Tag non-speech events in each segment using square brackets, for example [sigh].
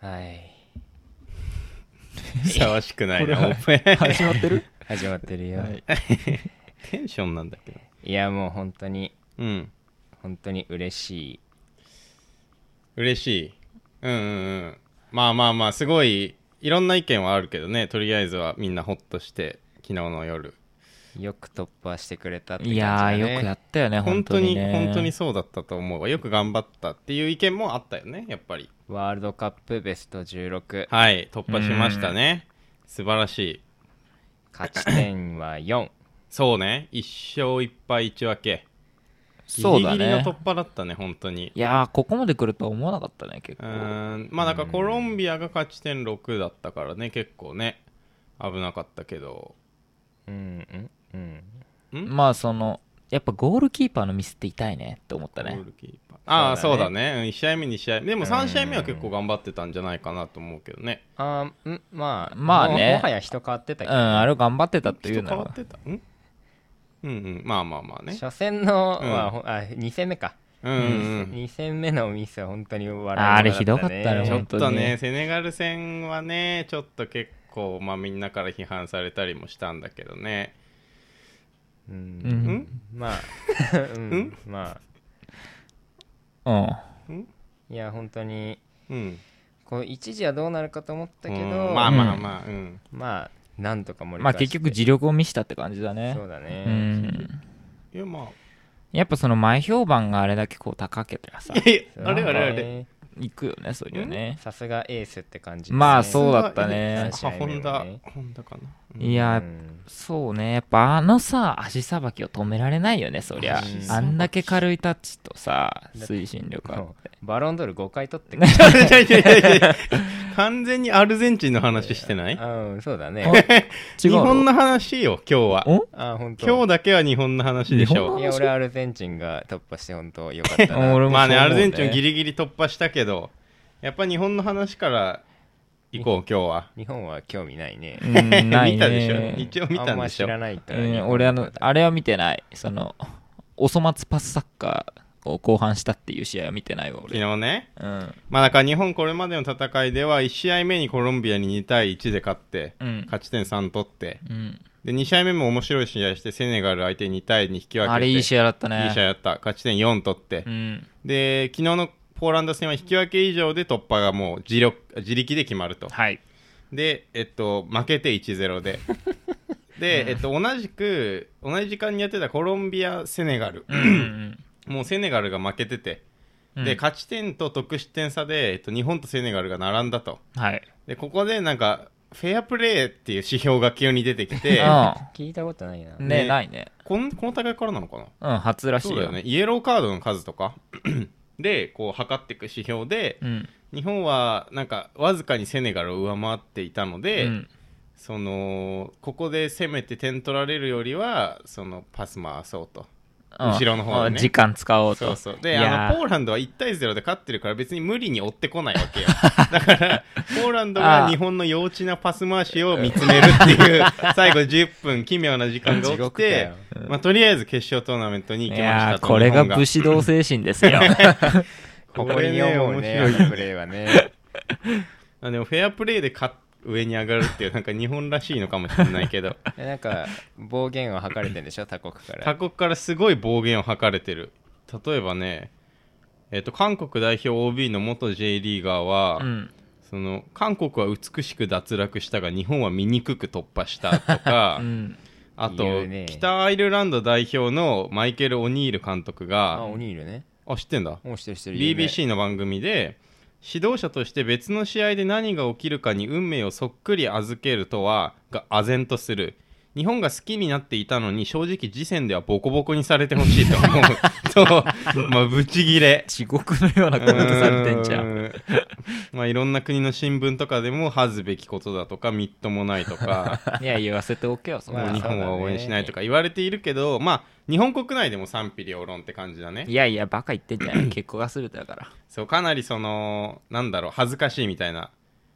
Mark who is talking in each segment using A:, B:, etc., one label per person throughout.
A: はい。
B: [laughs] 騒しくないな、
C: これ
B: オ
C: は
B: ープン
C: 始まってる
A: 始まってるよ。
C: はい
A: い、
B: テンションなんだけど。
A: や、もう本当に、
B: うん。
A: 本当に嬉しい。
B: 嬉しい。うんうんうん。まあまあまあ、すごい、いろんな意見はあるけどね、とりあえずはみんなホッとして、昨日の夜。
A: よく突破してくれたって感
C: い
A: じ
C: や
A: だ、
C: ー
A: ね、
C: よくやったよね
B: 本
C: 本
B: 当
C: 当
B: に
C: にね
B: 本当にそうだったと思うわ。よく頑張ったっていう意見もあったよね、やっぱり。
A: ワールドカップベスト16、
B: はい、突破しましたね。素晴らしい。
A: 勝ち点は4。
B: そうね、1勝1敗1分け。
C: そうだ
B: ギリギリ
C: ね
B: の突破だったね、本当に
C: い。やーここまで来るとは思わなかったね結
B: う
C: 構
B: ーんまあなんかコロンビアが勝ち点6だったからね結構ね危なかったけど
A: うんうんうん。
C: まあそのやっぱゴールキーパーのミスって痛いねって思った
B: ゴ
C: ね
B: ールキーパーああそ
A: そうう
B: だ
A: だ
B: ねうん1試合目2試合目でも3試合目
A: う
B: は
A: ん
B: 結構頑張ってたんじゃないかなと思うけどね
A: あーんまあ、
C: まあね
A: もうもはや人変わってた
C: う
A: け
C: ん
A: ど、
C: あれを頑張ってたってい
B: 人
C: うの
B: 変わっ
C: は
B: てたんうんうんまあまあまあね
A: 初戦の、
B: うん
A: まあほん、あ2戦目か、
B: うんうんうん
A: 2戦目のミスは本当に笑い事だ
C: あれひどかったね
B: ちょっ
C: 本当
B: と
C: に
B: ね
C: ね
B: セネガル戦はねちょっと結構まあみんなから批判されたりもしたんだけどね
A: う、
C: うん
B: うんん
A: まあ、うん、まあ、
C: うん
B: うん
A: いや、本当に、
B: うん
A: こう一時はどうなるかと思ったけど、
B: うん
A: ま
B: まあ
A: あ、
B: まあまあうん
A: なんとか盛り
C: まあ
A: 返して
C: 結局自力を見せたって感じだね
A: そうだね、
C: うん
B: いやまあ
C: やっぱその前評判があれだけこう高けてらさ
B: え
A: そう
B: あれあれあれ
C: 行くよねそういうのね
A: さすがエースって感じだね、
C: まあそうだったね
B: あ、ホンダ、ホンダかな。うん
C: いや
A: うん
C: そうねやっぱあのさ足さばきを止められないよねそりゃ
A: 足さば
C: あ
A: き
C: んだけ軽いタッチとさ
A: だ
C: 推進力あっ
A: も
C: て
A: うバロンドール5回取ってくれ
B: いやいやいやいや
C: [laughs]
B: いや完全にアルゼンチンの話してない
A: うんそうだ
C: あ
A: ね
C: 違
B: 日
C: う
B: 本の話よ、今日は。
C: お
A: あ本当
B: 今日だけは日本の話でし
C: 日本
B: ょ
C: の
A: いや俺アルゼンチンが突破して本当よかったな
C: [laughs] 俺も
B: まあね、
C: そう
B: ア
C: 思
B: ル
C: うね
B: ゼンチンギリギリ突破したけど、やっぱ日本の話から行こう、今日は。
A: 日本は興味ないね
C: うんないね
B: 見たでしょ一応見
A: あん
B: たんで
A: ま
B: し
A: 知
B: ょ
A: らないから、
C: うん、俺あのあれは見てないそのお粗末パスサッカーを後半したっていう試合は見てないわ
B: 昨
C: 俺、
B: 日ね。
C: うん
B: まあだから日本これまでの戦いでは1試合目にコロンビアに2対1で勝って、
C: うん
B: 勝ち点3取って、
C: うん、
B: で2試合目も面白い試合して、セネガル相手に2対2引き分けて、
C: あれいい試合だったね
B: いい試合やった勝ち点4取って、
C: うん、
B: で昨日のポーランド戦は引き分け以上で突破がもう自力自力で決まると
C: [clears throat] はい
B: で、えっと、負けて1-0で
C: [laughs]
B: で、えっと、同じく同じ時間にやってたコロンビアセネガル
C: うん
B: もうセネガルが負けてて、
C: うん
B: で勝ち点と得失点差で、えっと、日本とセネガルが並んだと
C: はい、
B: でここでなんかフェアプレーっていう指標が急に出てき
C: [laughs]
B: て
A: 聞いたことないな
C: うん
B: ね
C: ねないね
B: こんこの大会からなのかな
C: うん初らしい
B: そ
C: よ
B: うだよねイエローカードの数とか [clears throat] でこう測っていく指標で、
C: うん
B: 日本はなんかわずかにセネガルを上回っていたので、
C: うん
B: そのここで攻めて点取られるよりはそのパス回そうと
C: うん
B: 後ろの方でね
C: 時間使おう
B: そ
C: と
B: うそうで
C: いやー
B: あのポーランドは1対0で勝ってるから別に無理に追ってこないわけよ [laughs] だからポーランドが日本の幼稚なパス回しを見つめるって
C: [laughs]
B: いう最後10分奇妙な時間が
A: 地
B: 起き
A: 獄だ
B: て
A: よ、
B: まあ、とりあえず決勝トーナメントに行
C: い
B: きまし
C: や
B: た
C: ー
B: と
C: これが
B: 日本
C: 武士道精
B: [laughs]
C: 神ですよ
A: 誇りに思うね
B: これね面白いよね
A: あのプレーは [laughs] ね
B: あでもフェアプレーで勝っ上に上がるっていうなんか日本らしいのかもしれないけど
A: でなんか暴言を吐かれてんでしょ他国から
B: 他国からすごい暴言を吐かれてる例えばねえっ、と韓国代表 OB の元 J リーガーは、
C: うん
B: その韓国は美しく脱落したが日本は醜く突破したとか、
C: [laughs] うん
B: あ
A: 言
B: と、
A: うね
B: 北アイルランド代表のマイケル・オニール監督
A: あ
B: が
A: おにいるね
B: あ知ってんだ
A: もうしてるしてる有名
B: BBC の番組で指導者として別の試合で何が起きるかに運命をそっくり預けるとはが唖然とする日本が好きになっていたのに正直次戦ではボコボコにされてほしいと
C: [laughs]
B: 思うとまあブチギレ
C: 地獄のようなコメントされてんじゃん
B: うーんまあいろんな国の新聞とかでも恥ずべきことだとかみっともないと
C: [laughs]
B: か
C: いや言わせておけよそん
B: も
C: な
B: う
A: まあ
B: 日本は応援しないとか言われているけどまあ日本国内でも賛否両論って感じだね
C: いやいやバカ言ってんじゃん結婚がするだから
B: そうかなりそのなんだろう恥ずかしいみたいな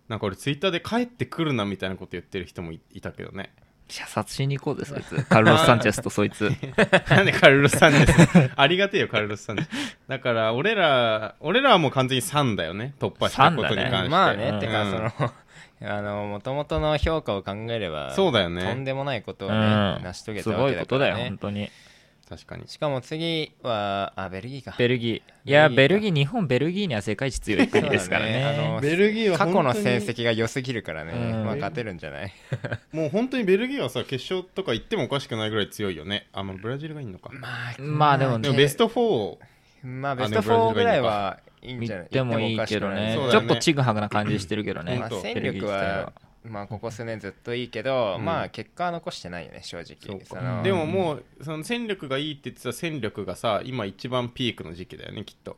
B: なんか俺ツイッターで帰ってくるなみたいなこと言ってる人もいいたけどね [laughs]
C: 射殺しに行こうぜ、そいつ。カルロス・サンチェスとそいつ。
B: なんでカルロス・サンチェスありがてえよカルロス・サンチェスだから俺ら俺らはもう完全に3だよね突破したことに関して、
C: 三だ
A: まあね、
B: うん
A: てかその [laughs] あの元々の評価を考えれば
B: そうだよね
A: とんでもないことを、
C: う
A: ね
C: ん。
A: 成し遂げ
C: す
A: た
C: ご
A: わ
C: い
A: け
C: こ
A: だ
C: と
A: か
C: だ
A: ら
C: よ、
A: ね
C: 本当に。
B: 確かに
A: しかも次はあベルギーか
C: ベルギー。いや、
A: ベ
C: ベ
A: ル
C: ル
A: ギ
C: ギー、日本、ベルギーには世界一強い国ですから
A: そうだねあの
C: ね。
B: ベルギーは
A: 過
B: 本
A: 去
B: 当
A: の
B: に
A: 成績が良すぎるからね、
C: うん
A: まあ勝てるんじゃない
B: もう本当にベルギーはさ決勝とか行ってもおかしくないぐらい強いよねあまあブラジルがいいのか、
A: まあ
C: まあでもね
B: でもベスト4を
A: まあ
B: の
A: ベスト4ぐらいはいいん
C: 見
A: じゃない
C: てもいいけどね
A: 行
B: そう
A: っ
B: だ
A: て
B: よ
C: ちょ
B: ね
C: っとちぐはぐな感じしてるけどね、
A: もおかしくないまあ、
B: ね
A: 戦力はまあここ数年ずっといいけど、
B: うん
A: まあ結果は残してないよね正
B: そう
A: 直
B: か
A: その
B: でももうその戦力がいいって言ってた戦力がさ今一番ピークの時期だよねきっと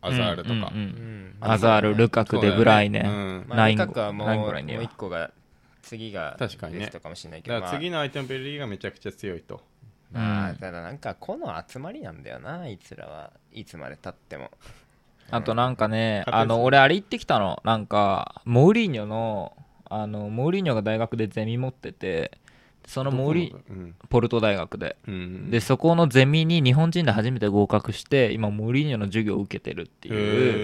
B: アザールとか、
C: うんうんう
A: うんん
C: アザール、ルカ
B: そ
C: ク、
B: うだよね
C: デブライネ。
B: うん
A: ま
C: ラ
A: あ、
C: イ
A: ル
C: ン
A: カクはもう
C: ライン
A: も
C: ぐ
A: う
C: らいね
A: 一個が次が
B: 確かにね
A: ベストかもしれないけど、
B: だから
A: まあ
B: 次の相手のベルギーがめちゃくちゃ強いと、
A: ま
C: う
A: あ
C: ん
A: ただなんか個の集まりなんだよないつらはいつまでたっても
C: あとなんかね、
B: うん
C: あの、俺あれ行ってきたの。なんか、モーリーニョの、あの、モーリーニョが大学でゼミ持ってて、そのモーリー、
B: うん
C: ポルト大学で。
B: うん、
C: で、そこのゼミに日本人で初めて合格して、今、モーリーニョの授業を受けてるってい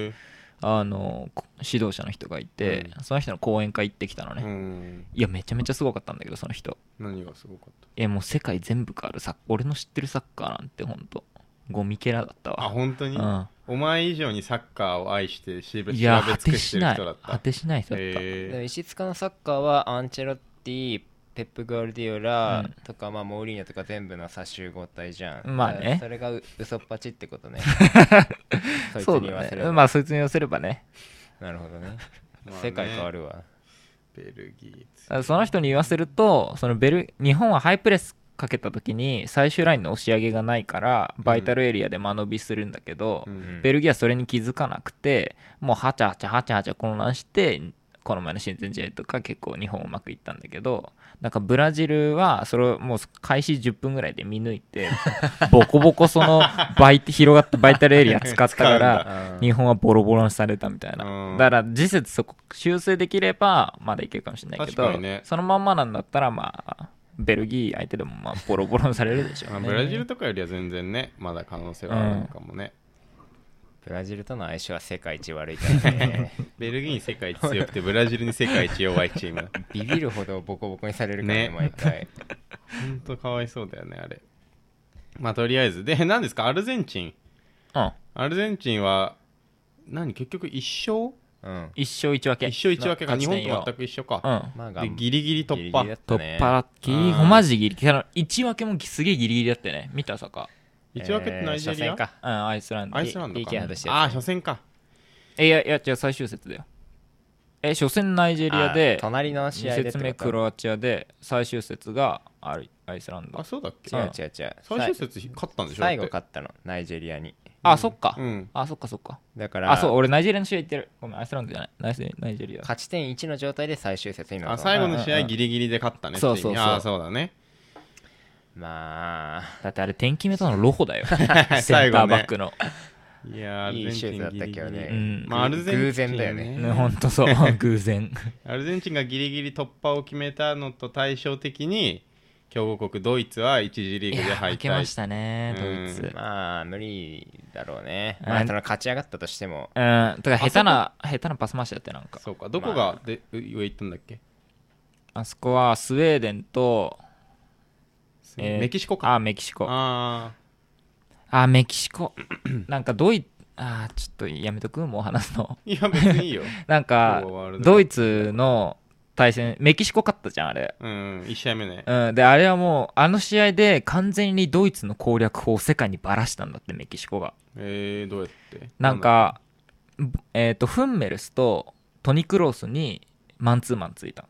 C: う、
B: へ
C: あの、こ指導者の人がいて、その人の講演会行ってきたの
B: ー
C: ね。
B: うん
C: いや、めちゃめちゃすごかったんだけど、その人。
B: 何がすごかった
C: え、もう世界全部変わるサッ俺の知ってるサッカーなんて、ほんと、ゴミケラだった
B: あ
C: わ。
B: 本当に、
C: うん。
B: お前以上にサッカーを愛してしべ
C: い
B: 調
C: や、
B: べ尽
C: 果て
B: くして
C: し
B: る
C: ない
B: 人だっ。た
C: 果てしない人だった。
A: でも
B: へ
A: 石塚のサッカーはアンチェロッティペップ・グアルディオ
C: う
A: ラ
C: ん
A: とか、まあ、モーリーニョとか全部の差集合体じゃん
C: まあね
A: だからそれがう嘘っぱちってこと
C: [laughs]
A: ねそいつ
C: そう
A: に言わ
C: だ
A: せ
C: ね
A: れ。ば、
C: まあ、そいつに寄せればね。
A: なるほどね
B: まあね
A: 世界変わるわ
B: ベルギ
C: だか
B: ー
C: らその人に言わせると、そのベル、日本はハイプレスかけた時に最終ラインの押し上げがないから、バイタルエリアで間延びするんだけど、
B: うん
C: ベルギーはそれに気づかなくて、もうはちゃはちゃはちゃはちゃ混乱して、この前の親善試合とか結構日本うまくいったんだけど、なんかブラジルはそれをもう開始10分ぐらいで見抜い
B: [laughs]
C: て、ボコボコそのバイ広がったバイタルエリア使ったか
B: 使うん
C: ら
B: だ、
A: うん
C: 日本はボロボロにされたみたいな、
B: うん
C: だから次節そこ修正できればまだいけるかもしれないけ
B: 確か
C: ど、
B: にね
C: そのまんまなんだったらまあベルギー相手でもまあボロボロにされるでしょ
B: [laughs] ま
C: う
B: あ
C: ね
B: ブラジルとかよりは全然ねまだ可能性はあるのかもね、
A: ブラジルとの相性は世界一悪いから
C: [laughs]
A: ね
B: ベルギーに世界一強くてブラジルに世界一弱いチー
C: [laughs]
B: ム
A: ビビるほどボコボコにされるからね
B: ね
A: 毎回
B: ほんとかわいそうだよねあれまあとりあえずで何ですかアルゼンチン
C: うん
B: アルゼンチンは何結局一勝
A: うん
C: 一勝一分け
B: 一勝一分けか日本と全
C: く
B: く一緒か、
C: うん
A: まあ
B: でギリギリ突破
C: 突破だっけ
B: うん
C: マジギリギリ1分けもすげえギリギリだったよね見たさか
B: 一分けってナイジェリア、
A: 初戦か
C: うんアイスランド
B: アイスランドか
A: PK 外して
B: ああ初戦か
C: えいやいや違う最終節だよえ初戦ナイジェリアで
A: あ隣の試合で
C: 2
A: って
C: 節
A: こと
C: 目クロアチアで最終節がアルアイスランド
B: あそうだっけ
A: 違う違う違う
B: 最終節勝ったんでしょ
A: 最後
B: だっ
A: 勝ったのナイジェリアに
C: あそっか
B: てうん
C: あそっかそっか
A: だから
C: あそう俺ナイジェリアの試合行ってるごめんアイスランドじゃないナイスナイジェリア
A: 勝ち点1の状態で最終節に臨んだ
B: あ最後の試
C: うんう
B: 合
C: んうん
B: ギリギリで勝ったねってい意味
C: そうそうそう
B: ああそうだね
A: まあ
C: だってあれ点決めたのロホだよセンタ
B: 最
C: ー
B: 後ね
C: バックの、
B: いやーアル
A: い
B: ゼ
A: い
B: ン
A: シ
B: チ
A: ュー
B: ン
A: トだった
B: ギリギ
A: けど
C: う
B: リ
A: ね、
C: ん
B: まあアルゼンチン
A: 偶然だよね
C: ねほんとそう偶然
B: アルゼンチンがギリギリ突破を決めたのと対照的に強豪国ドイツは1次リー
C: い
B: グで
C: や
B: 敗
C: 負けまし
B: 退
C: たねドイツ
B: うん
A: まあ無理だろうね、まあ、
C: うん
A: その勝ち上がったとしても
C: うんだから下手な下手なパス回しだってなんか
B: そうかどこがで上行ったんだっけ
C: あそこはスウェーデンと、えー
B: メキシコか
C: あメキシコあ
B: あ
C: メキ
B: [clears throat]
C: シコなんかドイツあーちょっとやめとくもう話す
B: [laughs] あ
C: の [laughs]
B: いや別にいいよ
C: なんか
B: 今日はあれだ
C: ドイツの対戦メキシコ勝ったじゃんあれ
B: うん1試合目ね
C: うん、であれはもうあの試合で完全にドイツの攻略法を世界にばらしたんだってメキシコが
B: えー、どうやって
C: なんか、えっ、とフンメルスとトニクロースにマンツーマンついた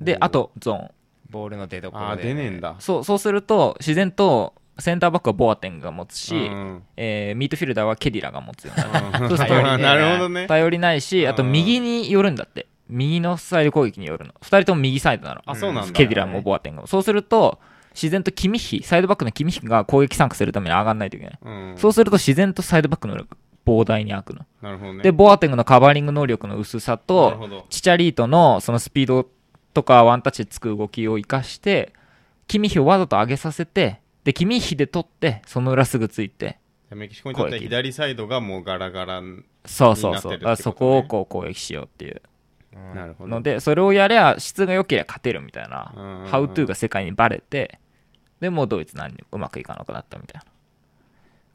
C: で
B: おー
C: あとゾーン
A: ボールの出所
B: ああ
A: で、
B: 出ねえんだ
C: そうそうすると自然とセンターバックはボアテンが持つし、 [laughs]
B: うん
C: えーミッドフィルダーはケディラが持つようになる
B: うん
C: そうそう
B: あーなるほど [laughs] ね
C: 頼りないしあと
B: うん
C: 右に寄るんだって右のサイド攻撃に寄るの2人とも右サイドなの
B: あそうなんだ
C: ケディラもボアテンがそうすると自然とキミッヒサイドバックのキミッヒが攻撃参加するために上がんないといけない、
B: うん
C: そうすると自然とサイドバックの能力膨大に開くの、
B: なるほどね
C: でボアテングのカバーリング能力の薄さ
B: なるほ
C: と
B: ど
C: チチャリートのそのスピードとかワンタッチでつく動きを生かしてキミヒをわざと上げさせてでキミヒで取ってその裏すぐついて
B: メキシコにとっては左サイドがもうガラガラ
C: そうそうそ
B: に
C: う、
B: なってるってことね
C: だからそこをこう攻撃しようっていう
A: うん
B: なるほど
C: のでそれをやりゃ質が良ければ勝てるみたいな
B: うんうんうん
C: ハウトゥーが世界にバレてでもうドイツ何にもうまくいかなくなったみたい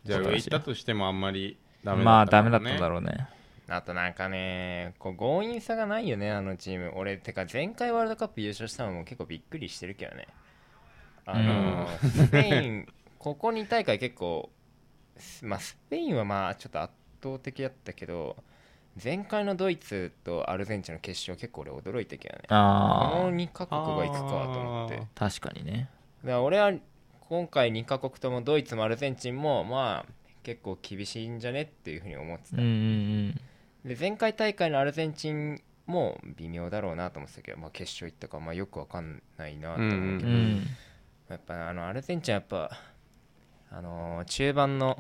B: じゃあ上行ったとしてもあんまりダ
C: な、
B: メだった
C: まあダメだったんだ
B: ろ
C: ろうね
A: あとなんかねこう強引さがないよねあのチーム俺てか前回ワールドカップ優勝したのも結構びっくりしてるけどねあの、スペインここ2大会結構すまあスペインはまあちょっと圧倒的だったけど前回のドイツとアルゼンチンの決勝結構俺驚いたけどねこ
C: あ
A: の2カ国が行くかと思ってだ
B: あー
A: か
C: あ確かにね
A: ら俺は今回2カ国ともドイツもアルゼンチンもまあ結構厳しいんじゃねっていうふうに思ってた
C: うんうんうん
A: で前回大会のアルゼンチンも微妙だろうなと思ってたけど、まあ、決勝行ったか、まあ、よくわかんないなと思うけど、
B: うんうん
C: う
B: うん
C: ん
A: やっぱあのアルゼンチンはやっぱ、あのー中盤の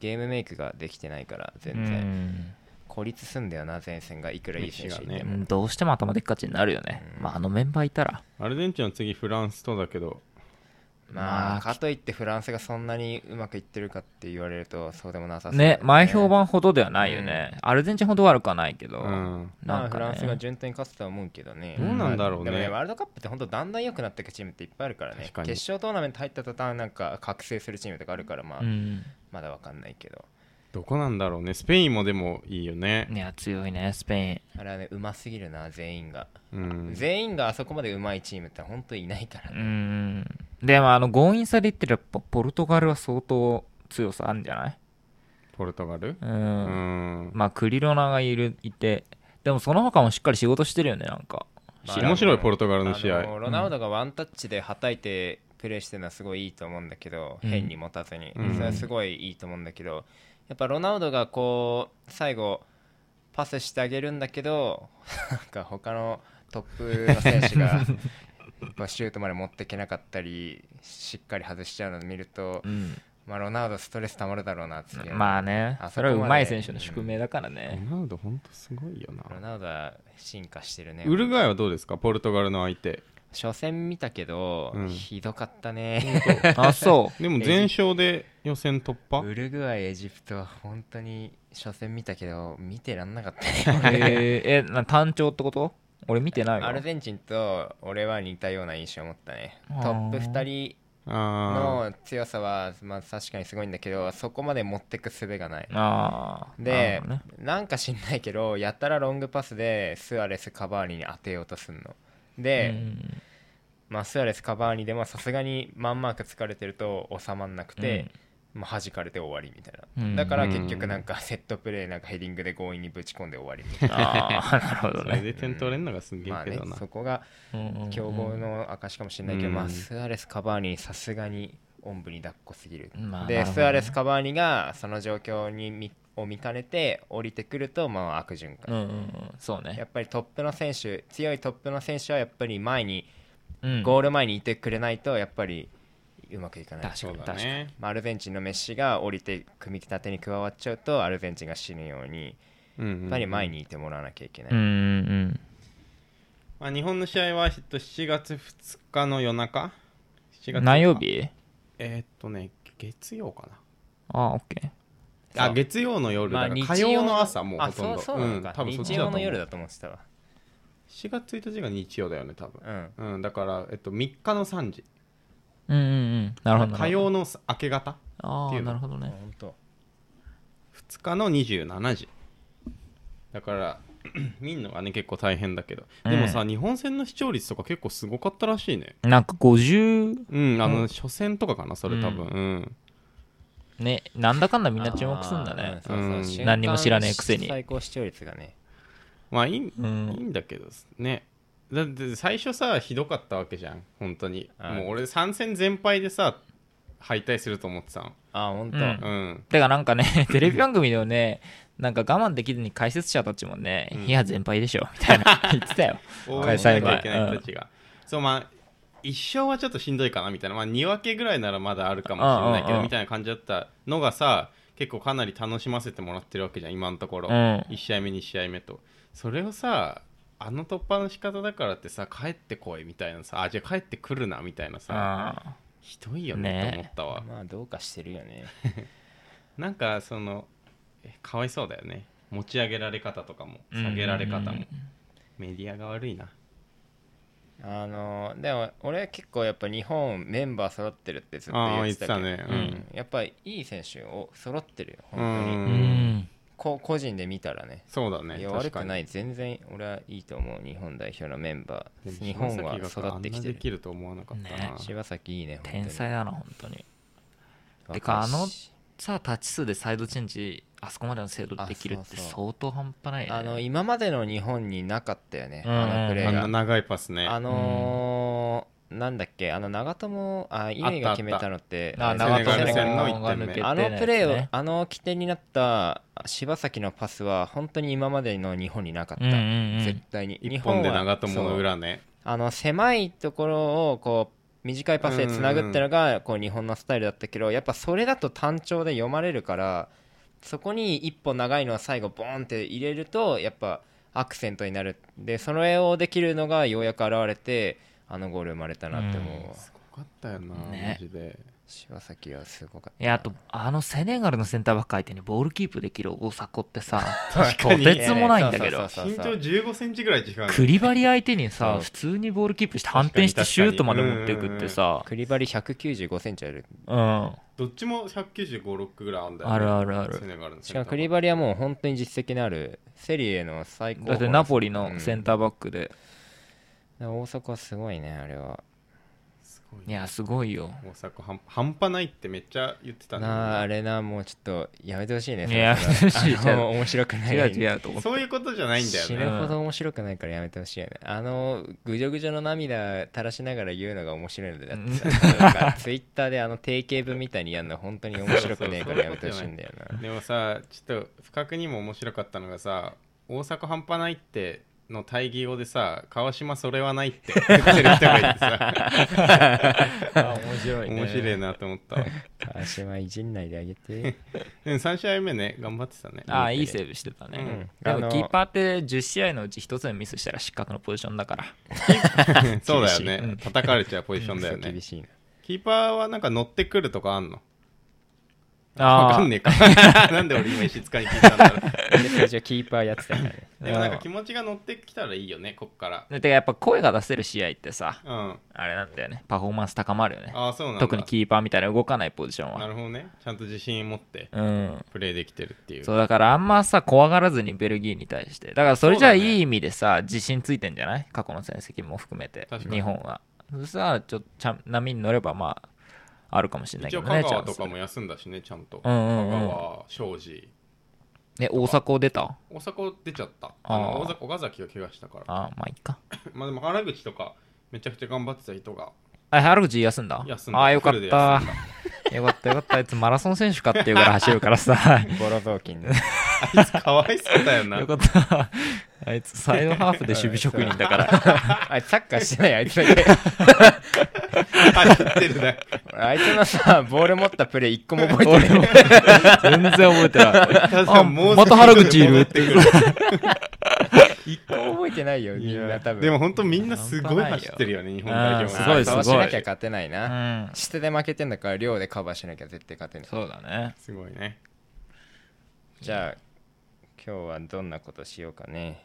A: ゲームメイクができてないから全然、孤立すんだよな前線がいくらいい選手いて
C: う
A: も、
C: んどうしても頭でっかちになるよね、
A: うん
C: まああのメンバーいたら
B: アルゼンチンは次フランスとだけど
A: まあかといってフランスがそんなにうまくいってるかって言われるとそうでもなさそうだよ
C: ね前評判ほどではないよね、アルゼンチンほど悪くはないけど、
B: うん
A: ま
C: な
A: あ
C: ん
A: フ
C: か、ね
A: ランスが順当に勝つとは思うけどね、
B: どうなんだろう
A: でもね、
B: ね
A: ワールドカップって本当だんだん良くなっていくチームっていっぱいあるからね
B: 確
A: 決
B: かに
A: 勝トーナメント入った途端なんか覚醒するチームとかあるから、まあ
C: うん
A: まだわかんないけど
B: どこなんだろうねスペインもでもいいよね
C: いや強いねスペ
A: あれはねうますぎるな全員が、
B: うん
A: 全員があそこまでうまいチームって本当いないから
C: イン
A: ね、
C: うんでもあの強引さで言ってるやっぱポルトガルは相当強さあるんじゃない
B: ポルトガル
C: う、
B: うんん
C: まあクリロナがいるいてでもその他もしっかり仕事してるよねなんか
A: まあ
B: 面白いポルトガルの試
A: あ
B: 合
A: のロナウドがワンタッチではたいてプレーしてるのはすごいいいと思うんだけど、
C: うん
A: 変に持たずに、
B: うん
A: それはすごいいいと思うんだけどやっぱロナウドがこう最後パスしてあげるんだけど [laughs] なんか他のトップの選手がまあシュートまで持っていけなかったりしっかり外しちゃうのを見ると、
C: うん
A: まあ、ロナウドストレスたまるだろうなって、
C: まあね
A: あそこ
C: そ
A: まで
C: れはうまい選手の宿命だからね、
B: ロナウドほんとすごいよ
A: ロ
B: な
A: ナウドは進化してるね
B: ウルグアイはどうですかポルトガルの相手
A: 初戦見たけど、
B: うん
A: ひどかったね
C: あそ
A: [laughs]
C: う
B: でも全勝で予選突破
A: ウルグアイエジプトは本当に初戦見たけど見てらんなかったね
C: えー、えな単調ってこと俺見てないわ
A: アルゼンチンと俺は似たような印象を持ったね
C: あー
A: トップ2人
B: あ
A: の強さはまあ確かにすごいんだけどそこまで持ってく術がない
C: ああ
A: でな,、んか知んないけどやたらロングパスでスアレスカバーニに当てようとすんので、まあ、スアレスカバーニでもさすがにマンマーク疲れてると収まんなくて、まあ、弾かれて終わりみたいな、
C: うん
A: だから結局なんかセットプレーなんかヘディングで強引にぶち込んで終わりみたい
C: ああなるほ
B: ー
C: ど
B: それ
C: ね
B: で点取れんのがすげ
A: な、
B: え
A: まあ
B: け
A: ね
B: ど
A: [laughs]
B: な
A: そこが強豪の証かもしれないけど、
B: うん
A: まあ、スアレスカバーニさすがにおんぶに抱っこすぎる、
C: まあな
A: で
C: るほどね
A: スアレスカバーニがその状況にみを見かねて降りてくるとまあ悪循
C: うん
A: 環、
C: うんうんそう
A: や
C: ね
A: っぱりトップの選手強いトップの選手はやっぱり前に
C: うん
A: ゴール前にいてくれないとやっぱりうまくいかない
B: そう
C: 確か
B: だ
C: に
B: ね
A: まあアルゼンチンのメッシが降りて組み立てに加わっちゃうとアルゼンチンが死ぬように
B: や
A: やっぱり前にいてもらわなきゃいけない、
C: うんうん
B: まあ、日本の試合はえっと7月2日の夜中7
C: う
B: 月
C: ん何曜日
B: えーっとね月曜か
C: ああオッケー
B: な
A: そ
B: あ
A: う
B: 月曜の夜
A: まあ
B: だから、火
A: 日曜
B: 曜の朝もう
A: あ
B: ほとんど
A: そうそうなのか、
B: ん、多分そっ
A: 日
B: ちだと
A: 曜
B: 思
A: の
B: う
A: 夜だと思ってたわ
B: 4月1日が日曜だよね多分
A: うん
B: うん、だから、えっと、3日の3時
C: うんうんうんなるほどな
B: 火曜の明け方
C: あ
B: ってい
C: あ
B: うの
C: なるほど
A: あ
C: ね
A: 本当。
B: 2日の27時だから [clears throat] 見んのがね結構大変だけどでもさ、日本戦の視聴率とか結構すごかったらしいね
C: なんか50
B: うんあの、
C: うん
B: 初戦とかかなそれ多分うん、
C: ねなんだかんだみんな注目すんだね
A: あー
B: うん
A: 瞬間
C: 何にも知らねえくせに
A: 最高視聴率がね
B: まあいい
C: う
B: いい
C: ん
B: んだけどねだって最初さひどかったわけじゃん本当に
A: はい
B: もう俺3戦全敗でさ敗退すると思ってたの
A: あ本当、
C: うん
B: うん
C: てかなんかね [laughs] テレビ番組でもねなんか我慢できずに解説者たちもね
B: うん
C: いや全敗でしょみた
B: [laughs]
C: いな言ってたよ
B: 応援しなきゃいけない人たちが、そうまあ一勝はちょっとしんどいかなみたいな、まあ、2分けぐらいならまだあるかもしれないけ
C: うんうんう
B: ど
C: ん
B: みたいな感じだったのがさ結構かなり楽しませてもらってるわけじゃん今のところ、
C: うん
B: 1試合目2試合目とそれをさあの突破の仕方だからってさ帰ってこいみたいなさあじゃあ帰ってくるなみたいなさ
C: あ
B: ひどいよね
C: ね
B: って思ったわ、
A: まあどうかしてるよね
B: なんかそのえかわいそうだよね持ち上げられ方とかも
C: ー
B: 下げられ方も、
C: うんうん
B: メディアが悪いな
A: あのでも俺は結構やっぱ日本メンバー揃ってるってずっと
B: あ
A: 言っ
B: あ言ってて
A: たけど
B: たね
C: う
B: うん
C: ん、
A: やっぱりいい選手を揃ってるよ本当
B: う
A: に
B: ん
C: うん
A: こ個人で見たらね
B: そうだね
A: いや悪くないい全然俺はいいと思う日本代表のメンバ
B: で
A: ー
B: も
A: 日本は
B: 柴崎が
A: 育ってきて
B: あんなでき
A: る
B: ると思わなかったな、
C: ね
A: 柴崎いいね本当に
C: 天才だな本当に
A: 若いして
C: かあのさあタッチ数でサイドチェンジあそこまでの精度できるっ
A: あそ
C: て
A: うそう
C: 相当半端ないよね
A: あの今までの日本になかったよね
C: うん
A: あのプレ
B: あ
A: ー
B: ん
A: が
B: な長いパスね
A: あのーなんだっけあの長友あ乾が決めたのって
C: あ
A: れ
C: 長友
B: セネガル戦の
C: が抜けて
B: 一点目
A: あのプレーを、
C: ね
A: あの起点になった柴崎のパスは本当に今までの日本になかった、
C: うんうんうん
A: 絶対に
B: 一本で長友の
A: そう
B: 裏ね
A: あの狭いところをこう短いパスでつなぐってのがこう日本のスタイルだったけどやっぱそれだと単調で読まれるからそこに一本長いのを最後ボーンって入れるとやっぱアクセントになるでそれをできるのがようやく現れてあのゴール生まれたなって思うわ、
C: うん
B: すごかったよな、
C: ね
B: マジで
A: 柴崎はすごかった
C: いやあとあのセネガルのセンターバック相手にボールキープできる大迫っ
A: [laughs]
C: てさ
B: 確
C: とてつもないんだけど
A: そうそう
B: 身
A: そう
B: 長
A: そう
B: 1 5ンチぐらい違うね
C: クリバリ相手に
A: そ
C: さ
A: う
C: 普通にボールキープして反転してシュートまで持っていくってさ
A: クリバリ195センチある
C: うん
B: どっちも195、6ぐらいあんだよね。
C: あるあるある
B: セネガルの
A: しかもクリバリはもう本当に実績のあるセリエの最高峰
C: だってナポリのセンタ
A: ー、
C: ーバック
A: う
C: で、
A: ん大阪はすごいねあれは
B: すごい
C: い
B: ね
C: やすごいよ
B: 大阪半半端ないってめっちゃ言ってたん
A: なああ
B: だ
A: れなもうちょっとやめてほしいね
C: い
A: それは
C: ややめてほしい
A: あの面白くない
C: 違う違うと
B: けど
C: 思って
B: そういうことじゃないんだよ
A: 死
B: ね。
A: ぬほど面白くないからやめてほしいよねあのぐじょぐじょの涙垂らしながら言うのが面白いのでだってさツイッターであの定型文みたいにやるの本当に面白くねえからやめてほしいんだよな
B: [laughs] でもさ、ちょっと不覚にも面白かったのがさ、大阪半端ないっての対義語でさ、川島それはないって [laughs] 言ってる人がいてさ、
C: 面白
B: 面白いなと思ったわ。
A: 足はいじんないであげて
B: うん、3試合目ね、頑張ってたね。
C: ああいいセーブしてたね、
A: うん
C: で
A: あの
C: もキーパーって10試合のうち1つでミスしたら失格のポジションだから
B: [laughs] そうだよね。
C: 厳しいうん
B: 叩かれちゃうポジションだよね。
A: 厳しいな
B: キーパーはなんか乗ってくるとかあんのわ
C: あ
B: か
C: あ
B: んねえか。 [laughs] なんで俺今石塚に聞いたんだろう。
A: 俺たちはキーパーやってたからね
B: でもなんか気持ちが乗ってきたらいいよね、こっから。
C: でてかやっぱ声が出せる試合ってさ
B: うん。あ
C: あれなんだよねパフォーマンス高まるよね
B: あ、そうなんだ。
C: 特にキーパーみたいな動かないポジション
B: な
C: は
B: るほどね。ちゃんと自信持って
C: うん
B: プレイできてるっていう。
C: そうだからあんまさ怖がらずにベルギーに対してだからそれじゃあ
B: そうだね
C: いい意味でさ、自信ついてんじゃない過去の成績も含めて
B: 確かに
C: 日本はそしたらちょっとちゃん波に乗ればまああるかもしれな
B: 一
C: いけ
B: 応
C: ど
B: 香
C: ねチャ
B: 川
C: ン
B: と
C: ス
B: かも休んだしね、ちゃんと。
C: うんうんうん
B: 香川、庄司。
C: え大阪出た
B: 大阪出ちゃった。あの
C: あー
B: 大阪岡崎が怪我したから。
C: ああまあいっか
B: まあでも原口とか、めちゃくちゃ頑張ってた人が
C: あ原口休んだ
B: 休んだ。
C: ああよかっ
B: フルで
C: た
B: 休んだ
C: よかったよかったあいつマラソン選手かっていうからい走るからさ
A: ボロ雑巾で
B: あいつかわいそうだよな。
C: よかったあいつサイドハーフで守備職人だから
B: [laughs]
A: あいつサッカーしてないあいつだけ
B: 走ってるね。
A: あいつのさボール持ったプレー一個も覚えて
C: 俺
A: ない
C: も全然覚えてない
B: 確かにもう
C: また原口いる
B: 戻ってくる
A: 一個も覚えてないよみんな多分
B: でも本当みんなすごい走ってるよね日本代表
C: すごいす
A: か
C: ごい
A: わしなきゃ勝てないうな、
C: ん
A: 下で負けてんだから量でカバーしなきゃ絶対勝てない
C: そうだね
B: すごいね
A: じゃあ今日はどんなことしようかね、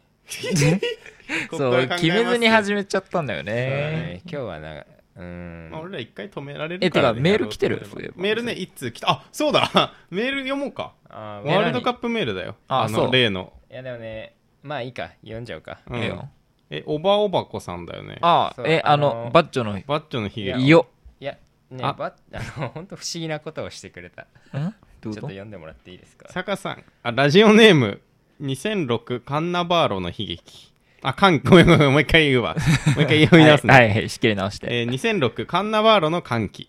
C: そう決めずに
B: め
C: 始めちゃったんだよね
A: えー今日はなうーん
B: まあ、俺ら一回止められ
C: え
B: る
C: て
B: から、
C: か
B: ね、
C: メール来てる
B: やろうと思えば
C: そういえば
B: メールね一通来たあそうだ [laughs] メール読もうか
A: あ
B: ワ
A: ーい
B: ールドカップメールだよ
C: あ
B: あ
C: そ
B: の
C: う
B: 例の、
A: やでもねまあいいか読んじゃうか
B: うん
C: ええよ
B: えおばおばこさんだよね
C: あ
A: そう
C: えあ
A: あの
C: のバッチョの
B: バッチョのひげ
C: いよ
A: いやね
B: あ
A: ばあの本当不思議なことをしてくれた
C: ん
A: ち
C: ど
A: ょ
C: う
A: っ
C: い
A: と
C: うこと
A: 読んでもらっていいですか
B: 坂さんあラジオネーム2006カンナバーロの悲劇あカンごめんごめんもう一回言う
C: [laughs]
B: わもう一回読み出すね、
C: はいはいはい仕切り直して
B: えー2006カンナバーロの歓喜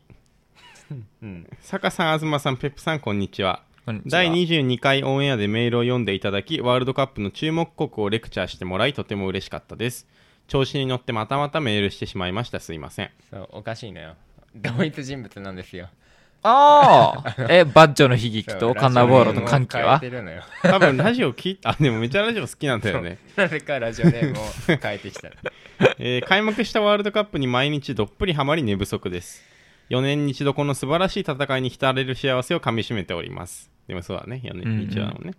A: うん
B: 坂さん東さんペップさんこんにちは
C: こんにちは
B: 第22回オンエアでメールを読んでいただきワールドカップの注目国をレクチャーしてもらいとても嬉しかったです調子に乗ってまたまたメールしてしまいましたすいません
A: そうおかしいのよ同一人物なんですよ
C: ああえバッジョの悲
A: [laughs]
C: 劇とカンナボーロ
B: と
C: の歓喜は
A: 変えてるのよ
B: 多分ラジオ聞いあでもめちゃラジオ好きなんだよね、
A: なぜかラジオネームを変えてき
C: [laughs]
A: たの
B: えー開幕したワールドカップに毎日どっぷりハマり寝不足です4年に一度この素晴らしい戦いに浸れる幸せをかみしめておりますでもそうだね4年に一度だもんね、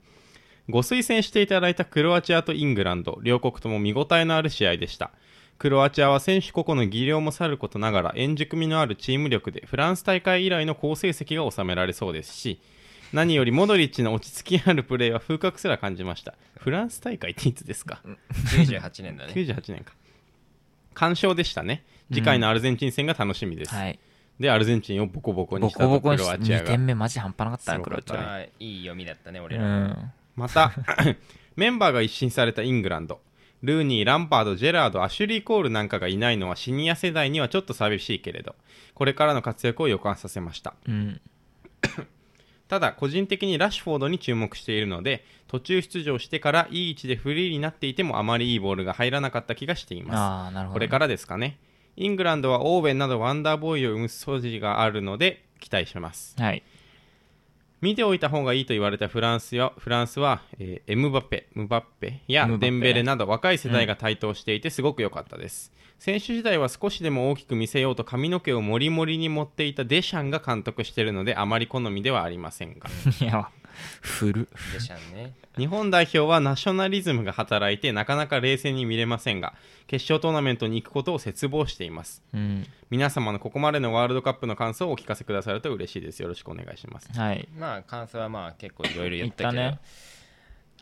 B: ご推薦していただいたクロアチアとイングランド両国とも見応えのある試合でしたクロアチアは選手個々の技量もさることながら円熟味のあるチーム力でフランス大会以来の好成績が収められそうですし何よりモドリッチの落ち着きあるプレーは風格すら感じましたフランス大会っていつですか
A: 98年だね
B: 98年か完勝でしたね次回のアルゼンチン戦が楽しみです、
C: はい
B: でアルゼンチンをボコボコに
C: ボ
B: した
C: コ
B: と
C: ボコ
B: ク
C: にし
B: ロア
C: て
B: チア
C: 2
B: が
C: 点目マジ半端なかったな
B: すご
C: ク
B: か
C: ロ
B: っ
C: ア
B: た
C: チ
B: ね
C: ア
A: あーいい読みだったね
C: う
A: 俺ら、
C: ん
B: また [coughs] メンバーが一新されたイングランドルーニーランパードジェラードアシュリー・コールなんかがいないのはシニア世代にはちょっと寂しいけれどこれからの活躍を予感させました
C: うん
B: ただ個人的にラッシュフォードに注目しているので途中出場してからいい位置でフリーになっていてもあまりいいボールが入らなかった気がしています
C: ああなるほど
B: これからですかね。イングランドはオーウェンなどワンダーボーイを生む素地があるので期待します。
C: はい [laughs]
B: 見ておいた方がいいと言われたフランスやフランスは、えーエムバペ、ムバッペや
C: エムバペ
B: デンベレなど若い世代が台頭していてすごく良かったです。選手時代は少しでも大きく見せようと髪の毛をモリモリに持っていたデシャンが監督しているのであまり好みではありませ
C: [laughs]
B: んが。
C: いや古
A: でしゃんね
B: 日本代表はナショナリズムが働いてなかなか冷静に見れませんが決勝トーナメントに行くことを絶望しています。
C: うん
B: 皆様のここまでのワールドカップの感想をお聞かせくださると嬉しいです。よろしくお願いします。
C: はい
A: まあ感想はまあ結構いろいろ言
C: 言
A: っ
C: った
A: けど
C: たね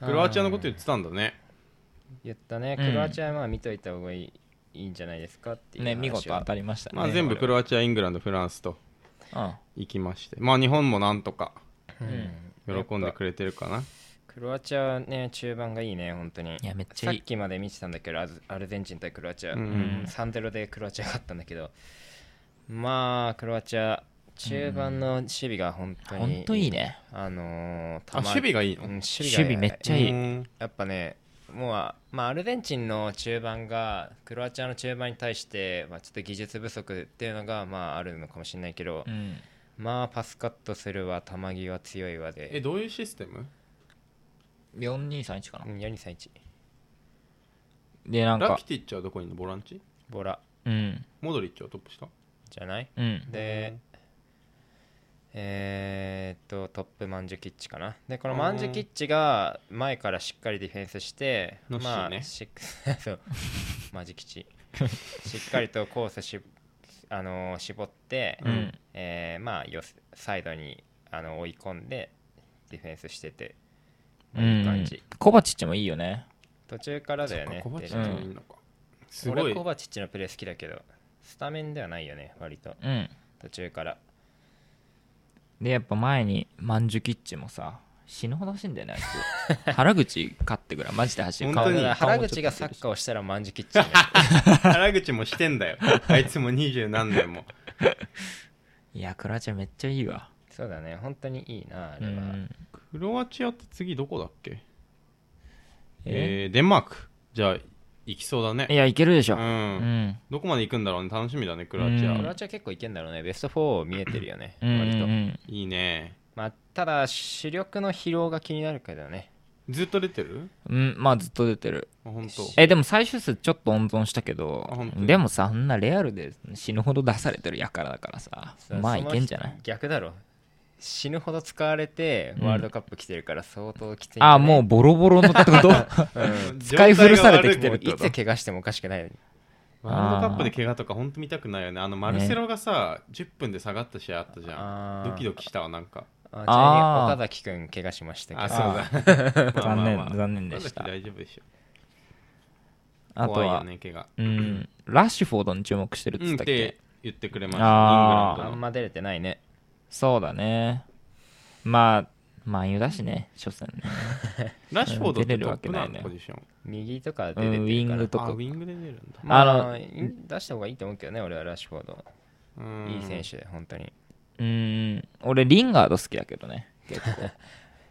B: クロアチアのこと
A: 言
B: 言ってたんだね。
A: 言ったね
C: うん
A: クロアチアはまあ見といた方がいい,、ん、いいんじゃないですかっていう
C: ね見
A: 話
C: 事
A: は
C: 当たりました
B: まあ
C: ね
B: 全部クロアチア、イングランド、フランスと
C: うん
B: 行きまして。まあ日本もなんとか
A: うん
B: 喜ん
A: や
B: で
A: っぱ
B: くれてるかな。
A: クロアチアはね中盤がいいね本当に
C: いやめっち
A: さ
C: ゃ
A: っ
C: いい
A: きまで見てたんだけどアズアルゼンチン対クロアチア、
B: うんうん
C: うん
A: 3ゼ0でクロアチア勝ったんだけどまあクロアチア中盤の守備が本当に、
C: 本当いいね
A: あのー、
B: あ、守備がいい
A: うん
B: の
A: 守
C: 守
A: 備
C: 備
A: が
C: めっちゃいい
B: うん
A: やっぱねもうあまあ、アルゼンチンの中盤がクロアチアの中盤に対して、まあ、ちょっと技術不足っていうのが、まあ、あるのかもしれないけど、
C: うん
A: まあパスカットするわ球際強いわ
B: え、
A: で
B: どういうシステム
C: 4231かな
A: うん4231
C: でなん
B: ラ
C: か
B: キティッチはどこにいるのボランチ
A: ボラ
C: うん
B: モドリッチはトップした
A: じゃない
C: うん
A: で、えーっとトップマンジュキッチかなでこのマンジュキッチが前からしっかりディフェンスして
B: のシ
A: ま
B: ー
A: あ
B: ね
A: シックス [laughs] そうマジキチしっかりとコースし、あのー絞って、
B: う
C: うんん
A: えーまあよサイドにあの追い込んでディフェンスしてて、
C: う
A: いい感
C: ん
A: じ
C: コバチッチもいいよね
A: 途中からだよ
B: そっ
A: ね
B: かコバチ
A: 出
B: ッ
A: て
B: チも
A: る
B: いいのか。すご
A: 俺
B: い
A: コ。バチッチのプレー好きだけどスタメンではないよね割と
C: うん
A: 途中から
C: でやっぱ前にマンジュキッチもさ死ぬほど走んだよねあいつ [laughs] 原口勝ってぐらいマジで走る
B: 本当に
A: だから
C: 顔
A: 原
C: もちょっと
A: 口がサッカーをしたら万事キッチンね
B: 原口もして
A: [laughs]
B: んだよ。あいつも二十何年も。
C: いやクロアチアめっちゃいいわ
A: [laughs] そうだね本当にいいなあ
C: う
A: れは、
C: ん
B: クロアチアって次どこだっけ
C: え
B: えー、デンマーク。じゃあ、行きそうだね
C: い。やいけるでしょ
B: う。
C: うんん
B: どこまで行くんだろうね楽しみだねクロアチア、
C: うん
A: クロアチア結構いけんだろうねベスト4見えてるよね、
C: うん
A: 割と、
C: うん
B: いいね
A: まあ、ただ主力の疲労が気になるけどね
B: ずっと出てる
C: うんまあずっと出てる
B: あ本当
C: えでも最終数ちょっと温存したけ
B: あ本
C: ど
B: 当に
C: でもさあんなレアルで死ぬほど出されてるやからだからさ
A: さ
C: まあ
A: そ
C: い
A: の
C: けんじゃない
A: 逆だろ死ぬほど使われて
C: うん
A: ワールドカップ来てるから相当きついんじ
C: あ
A: ゃ
C: あ
A: ない、
C: もうボロボロのっ
B: [laughs]
C: てこと
A: うん
C: 使い古されてきて
A: もう
C: る
A: いつ怪我してもおかしくない
B: ワールドカップで怪我とか本当見たくないよねあのマルセロがさ、10分で下がった試合あったじゃん
A: あ
B: ドキドキしたわなんか
A: あちなみ
C: あー
A: に岡崎君怪我しましたけど
B: あ
C: そ
B: そううだまあ
C: だ [laughs] 残
B: まあ
C: 念
B: まあ
C: 残念でした
B: 岡崎大丈夫でしょ
C: あと
B: 怖いよ
C: は
B: ね怪我
C: うんラッシュフォードに注目してるっ
B: うん
C: つっ
B: った
C: っけ
B: て言ってくれましたイン
C: あー
B: グ
A: あ
B: ランド
A: ん
B: の
A: ま出れてないね
C: そうだねまあ万有だしね初戦ね
B: ラッシュフォードっ
C: 出
B: てト
C: れる
B: ッ
C: わけ
B: プ
C: な
B: ないの
C: ね
B: ポジション
A: 右とか
C: う
A: 出れてる
C: んウ
A: から、
C: ィングと
B: あ
C: か
B: ウィングで出るんだ
A: まあ、
C: あの
A: 出した方がいいと思うけどね、俺はラッシュフォード。
B: うん
A: いい選手で、本当に。
C: うん俺リンガード好きだけどね結構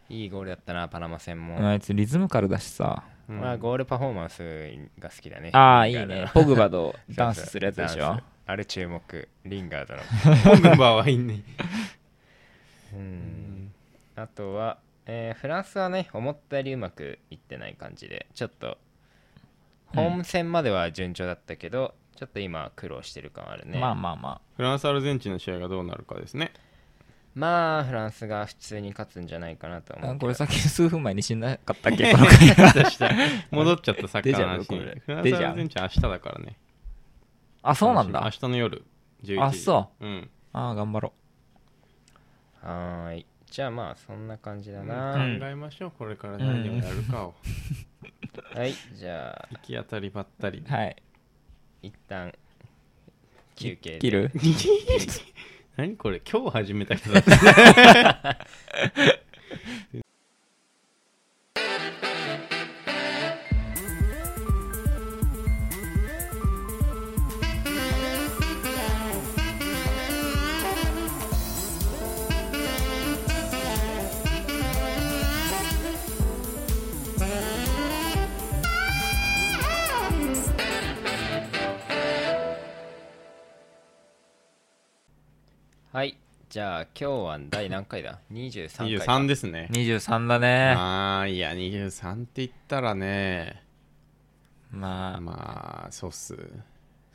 A: いいゴールだったな、パナマ戦も。
C: [laughs] あいつリズムカルだしさ
B: うん
A: 俺はゴールパフォーマンスが好きだね。
C: ああいい
A: リンガードの
C: ねポグバと
A: そうそう
C: ダンスするやつでし
A: ダ
C: ょ [laughs]
A: ンスあれ注目、リンガードの。
B: ポグバはいいね
A: うんあとは、えーフランスはね思ったよりうまくいってない感じでちょっと
C: うん
A: 本戦までは順調だったけど、ちょっと今苦労してる感あるね
C: まあまあま
B: フランス、アルゼンチンの試合がどうなるかです
C: [laughs]
B: ね。
A: まあフランスが普通に勝つんじゃないかなと
C: あ
A: 思
C: あ
A: う
C: これ
A: けど
C: さっき [laughs] 数分前に死んなかった
B: [laughs]
C: っけこの回
B: 戻っちゃったサッカーの話
C: 出ちゃう
B: に
C: これ
B: フランス、
C: 出
B: ア
C: ちゃう
B: ルゼンチン明日だからね。
C: あそうなんだ
B: 明日の夜、11時。。
C: あそう
B: うん。
C: ああ頑張ろ
A: はーいじゃあまあそんな感じだな、
C: うん
B: 考えましょう、これから何をやるかを。
A: はいじゃあ
B: 行き当たりばったり
C: う。はい
A: 一旦休憩で
C: 切る
B: 何これ、今日始めた人だ
C: [laughs]
B: った。
A: はいじゃあ今日は第何回だ ?23 回
B: 23ですね。
C: 23だね
B: ああ、いや、23って言ったらね、
C: まあ
B: まあ、そうっす。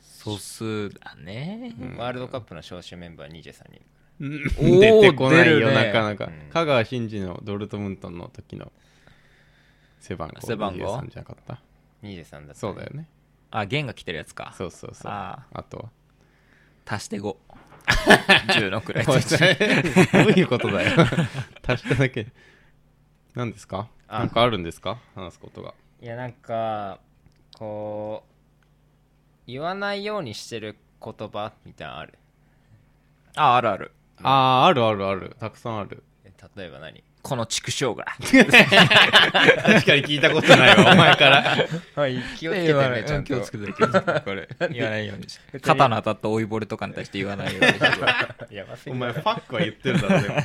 C: 素数だね
A: ワールドカップの招集メンバー23人
C: ー
B: [laughs] 出てこないよ、
C: 出るね
B: なかなか
A: うん。
B: 香川真司のドルトムントンの時の背番号
C: 背番号
B: 23じゃなかった。
A: 23だったね
B: そうだよね。
C: あ弦が来てるやつか
B: そうそうそう。
C: あ
B: あとは。
C: 足して5 10のくらい
B: [laughs] どういうことだ [laughs] よ。足しただけ。何ですか
A: あ
B: なんかあるんですか話すことが。
A: いやなんかこう言わないようにしてる言葉みたいなのある
C: [laughs] ああるある
B: ああ、あるあるある。たくさんある。
A: え例えば何
C: この畜生が
B: 確かに聞いたことない [laughs] わ、お前から。
A: はい気をつけて
C: 言わな
A: ね
C: い
A: ちゃんと
C: うん気をつけてる気をつけてるこれ言わないようにして肩の当たった追いぼれとかに対して言わないようにして
A: やばす
B: お
A: ぎ
B: 前、
A: る
B: ファックは言ってるだろ、 [laughs] でも。